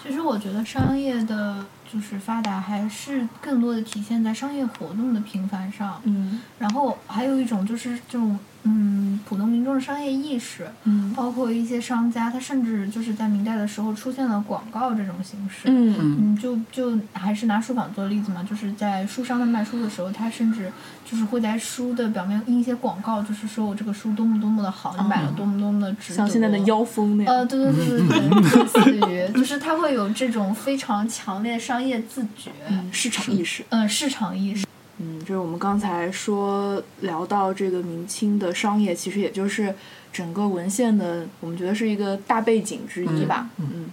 C: 其实我觉得商业的就是发达，还是更多的体现在商业活动的频繁上。
A: 嗯
C: 然后还有一种就是这种嗯，普通民众的商业意识，
A: 嗯
C: 包括一些商家，他甚至就是在明代的时候出现了广告这种形式。
A: 嗯嗯
B: 嗯
C: 嗯，就就还是拿书坊做例子嘛，就是在书商在卖书的时候，他甚至就是会在书的表面印一些广告，就是说我这个书多么多么的好，你买了多么多么的值得。
A: 像现在的妖风那样，
C: 呃，对对对对对，类似于就是他会有这种非常强烈的商业自觉，嗯、
A: 市场意识。
C: 市场意识，
A: 嗯，就是我们刚才说聊到这个明清的商业，其实也就是整个文献的，我们觉得是一个大背景之一吧。嗯，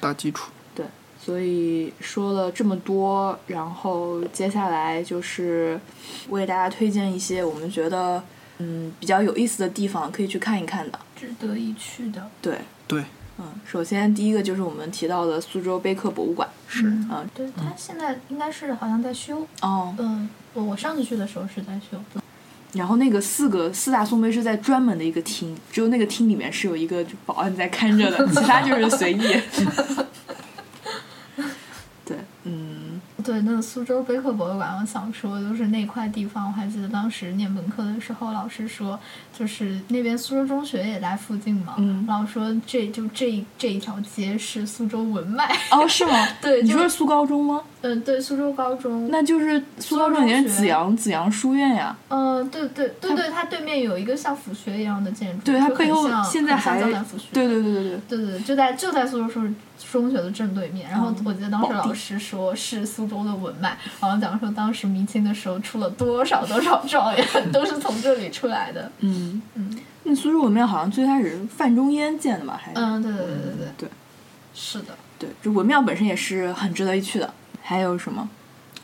B: 大基础。
A: 对。所以说了这么多，然后接下来就是为大家推荐一些我们觉得嗯比较有意思的地方，可以去看一看的。
C: 值得一去的。
A: 对，
B: 对，
A: 嗯，首先第一个就是我们提到的苏州碑刻博物馆。
B: 是
C: 嗯
A: 啊
C: 对，他现在应该是好像在修，
A: 哦，
C: 嗯，我我上次去的时候是在修的，
A: 然后那个四个四大宋碑是在专门的一个厅，只有那个厅里面是有一个就保安在看着的，其他就是随意。 对，嗯，
C: 对，那个苏州碑刻博物馆，我想说就是那块地方，我还记得当时念本科的时候，老师说就是那边苏州中学也在附近嘛，
A: 嗯
C: 然后说这就这一这一条街是苏州 文脉，
A: 哦，是吗？
C: 对，
A: 你
C: 就
A: 说是
C: 是
A: 苏高中吗？
C: 嗯，对，苏州高中，
A: 那就是苏高中以前是紫阳紫阳书院呀。
C: 嗯、对对对对，它对面有一个像府学一样的建筑，
A: 对，
C: 就
A: 它
C: 很
A: 背后
C: 像
A: 现在
C: 很像
A: 还
C: 江南府学，
A: 对对对对对，
C: 对对，就在就在苏州中中学的正对面。然后
A: 嗯
C: 我记得当
A: 宝
C: 时
A: 地
C: 老师说是苏州的文脉，然后讲说当时明清的时候出了多少多少状元， 都是从这里出来的。
A: 嗯
C: 嗯。
A: 那苏州文庙好像最开始是范仲淹建的吧？还是
C: 嗯，对对对对对，
A: 对
C: 是的。
A: 对，这文庙本身也是很值得一去的。还有什么？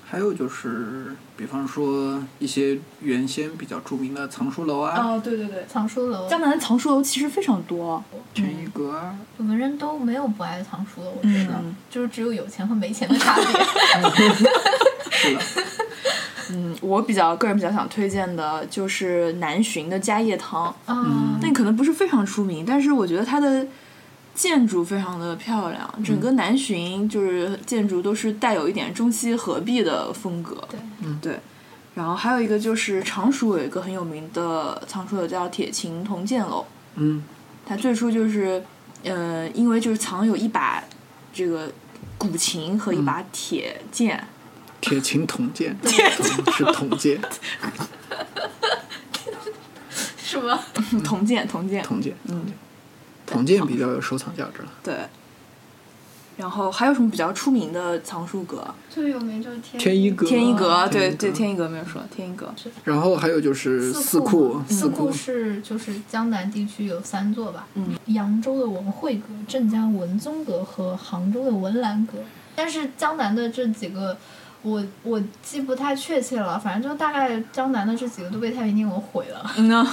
B: 还有就是，比方说一些原先比较著名的藏书楼啊、，
C: 哦
A: 对对对，
C: 藏书楼，
A: 江南的藏书楼其实非常多。
B: 陈一阁啊，
C: 我们人都没有不爱藏书的，我觉得
A: 嗯，
C: 就是只有有钱和没钱的差别。
B: 是的，
A: 嗯，我比较个人比较想推荐的就是南浔的嘉业堂，
C: 嗯，
A: 那可能不是非常出名，但是我觉得它的建筑非常的漂亮，整个
C: 嗯
A: 南浔就是建筑都是带有一点中西合璧的风格。
C: 对，
A: 对，然后还有一个就是常熟有一个很有名的藏书楼叫铁琴铜剑楼，
B: 嗯，
A: 它最初就是，呃，因为就是藏有一把这个古琴和一把铁剑。
B: 铁琴铜剑，嗯是铜剑，
C: 是吗？
A: 铜剑，铜剑，
B: 铜剑，嗯，铜剑比较有收藏价值了。
A: 对。然后还有什么比较出名的藏书阁？
C: 最有名就是天
B: 天一阁，
A: 天一
C: 哦
A: 阁，对对，
B: 天
A: 天
B: 一阁。
A: 一阁没有说，天一阁。
B: 然后还有就是
C: 四
B: 四
C: 库
B: 库，嗯
C: 嘛，四
B: 库
C: 库是就是江南地区有三座吧，
A: 嗯，
C: 扬州的文惠阁、镇江文宗阁和杭州的文澜阁。但是江南的这几个，我我记不太确切了，反正就大概江南的这几个都被太平天国毁了，
A: 嗯呢，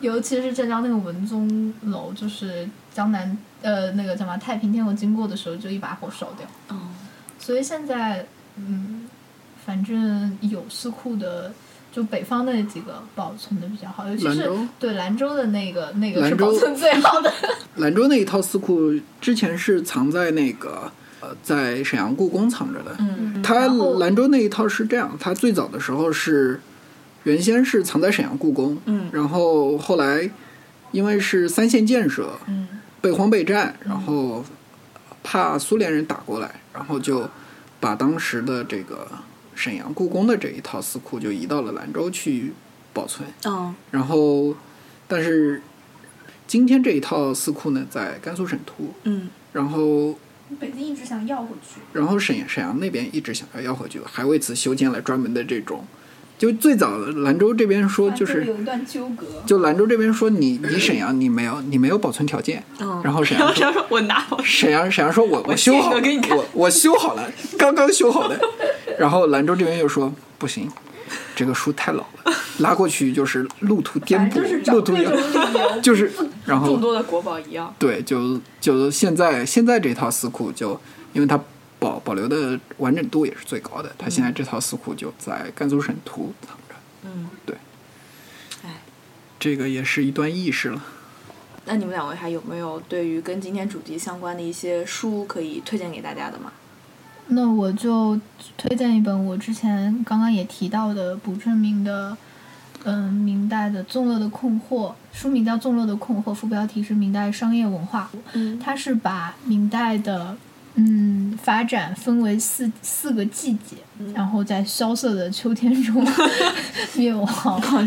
C: 尤其是镇江那个文宗楼，就是江南呃那个叫什么太平天国经过的时候就一把火烧掉，
A: 哦，
C: 所以现在嗯，反正有四库的。就北方那几个保存的比较好，尤其
B: 兰
C: 是
B: 州
C: 对兰州的那个那个是
B: 兰
C: 保
B: 州
C: 存最好的。
B: 兰州那一套四库之前是藏在那个呃，在沈阳故宫藏着的。
D: 嗯
B: 它
C: 然后
B: 兰州那一套是这样，它最早的时候是原先是藏在沈阳故宫，
D: 嗯
B: 然后后来因为是三线建设，
D: 嗯
B: 备荒备战，然后怕苏联人打过来，然后就把当时的这个沈阳故宫的这一套四库就移到了兰州去保存。
A: 嗯
B: 然后，但是今天这一套四库呢，在甘肃省图，
A: 嗯
B: 然后
E: 北京一直想要回去，
B: 然后沈沈阳那边一直想要要回去，还为此修建了专门的这种。就最早兰州这边
A: 啊
B: 说，就是
E: 有一段纠葛。
B: 就兰州这边说你你沈阳你没有你没有保存条件，
A: 嗯，
B: 然后沈
A: 然
B: 阳
A: 后
B: 说
A: 他说我拿我
B: 沈阳沈阳说我
A: 我
B: 修
A: 现
B: 好
A: 个
B: 了
A: 给你看
B: 我我修好了，刚刚修好的。然后兰州这边又说不行，这个书太老了，拉过去就是路途颠簸，路途有就是然后
A: 众多的国宝一样，
B: 对，就就现在现在这套四库就，因为它保保留的完整度也是最高的，它现在这套四库就在甘肃省图藏着，
A: 嗯，
B: 对，
A: 哎，
B: 这个也是一段轶事了。
A: 那你们两位还有没有对于跟今天主题相关的一些书可以推荐给大家的吗？
C: 那我就推荐一本我之前刚刚也提到的卜正明的，嗯，明代的《纵乐的困惑》，书名叫《纵乐的困惑》，副标题是《明代商业文化》。
A: 嗯
C: 它是把明代的嗯发展分为四四个季节，然后在萧瑟的秋天中 灭亡。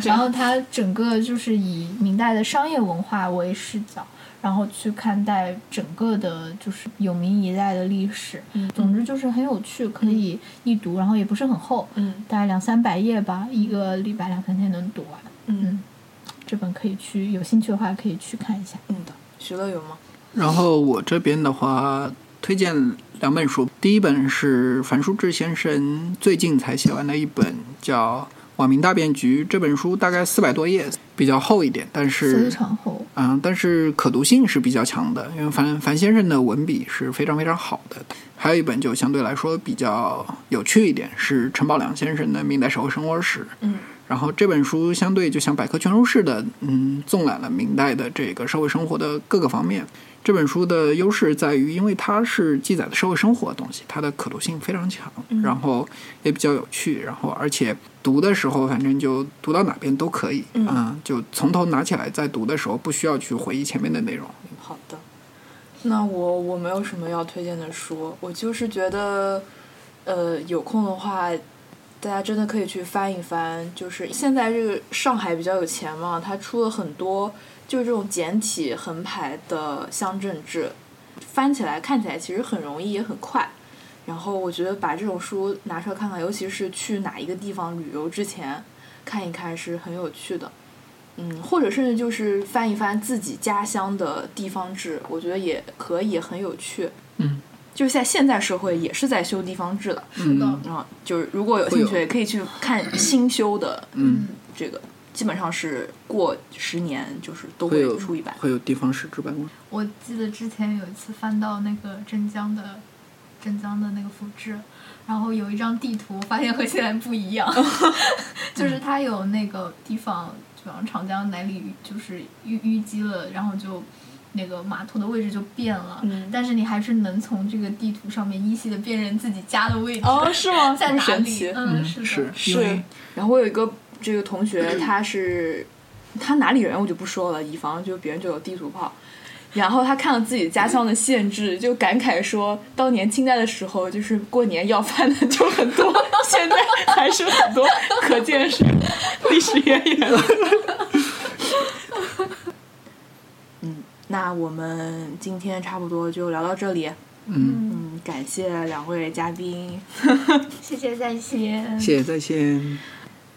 C: 然后它整个就是以明代的商业文化为视角，然后去看待整个的就是有明一代的历史。总之就是很有趣，可以
B: 嗯
C: 一读，然后也不是很厚，
A: 嗯
C: 大概两三百页吧，一个礼拜两三天能读完。嗯，这本可以去，有兴趣的话可以去看一下。
A: 嗯的，徐乐有吗？
B: 然后我这边的话，推荐两本书，第一本是樊书志先生最近才写完的一本，叫《网民大变局》。这本书大概四百多页，比较厚一点，但
C: 非
B: 是
C: 常厚，
B: 嗯，但是可读性是比较强的，因为樊樊先生的文笔是非常非常好的。还有一本就相对来说比较有趣一点，是陈宝良先生的《明代社会生活史》。
A: 嗯，
B: 然后这本书相对就像百科全书似的，嗯，纵览了明代的这个社会生活的各个方面。这本书的优势在于，因为它是记载的社会生活的东西，它的可读性非常强，然后也比较有趣，然后而且读的时候，反正就读到哪边都可以，嗯就从头拿起来再读的时候，不需要去回忆前面的内容。
A: 好的，那我我没有什么要推荐的书，我就是觉得，呃，有空的话，大家真的可以去翻一翻。就是现在这个上海比较有钱嘛，它出了很多就是这种简体横排的乡镇志，翻起来看起来其实很容易也很快。然后我觉得把这种书拿出来看看，尤其是去哪一个地方旅游之前看一看是很有趣的。嗯，或者甚至就是翻一翻自己家乡的地方志，我觉得也可以，很有趣。
B: 嗯，
A: 就是在现在社会也是在修地方志的，
B: 是的
A: 然后就是如果有兴趣，
B: 会有
A: 也可以去看新修的，
B: 嗯，
A: 这个基本上是过十年就是都
B: 会有
A: 会出一版。
B: 会有地方史志版吗？
E: 我记得之前有一次翻到那个镇江的镇江的那个府志，然后有一张地图，发现和现在不一 样，就是它有那个地方，比方长江哪里就是淤淤积了，然后就。那个码头的位置就变了，
A: 嗯
E: 但是你还是能从这个地图上面依稀的辨认自己家的位置、
A: 哦，是 吗？
E: 在
A: 这么
E: 哪
A: 神
E: 里。
A: 奇？
E: 嗯，是的，
B: 是因
A: 是
B: 为。
A: 然后我有一个这个同学，他是他哪里人我就不说了，以防就别人就有地图炮。然后他看了自己家乡的县志，就感慨说，当年清代的时候，就是过年要饭的就很多，现在还是很多，可见是历史渊源。 嗯，那我们今天差不多就聊到这里。
B: 嗯
A: 嗯，感谢两位嘉宾。
E: 谢谢再见。
B: 谢谢，再见。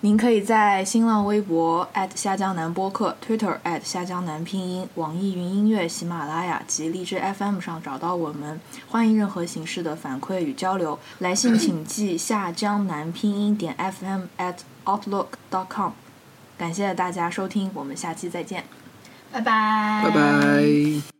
A: 您可以在新浪微博下江南播客、Twitter 下江南拼音、网易云音乐、喜马拉雅及荔枝 FM 上找到我们。欢迎任何形式的反馈与交流，来信请寄下江南拼音点 FM at outlook.com。感谢大家收听，我们下期再见。
E: 拜拜，
B: 拜拜。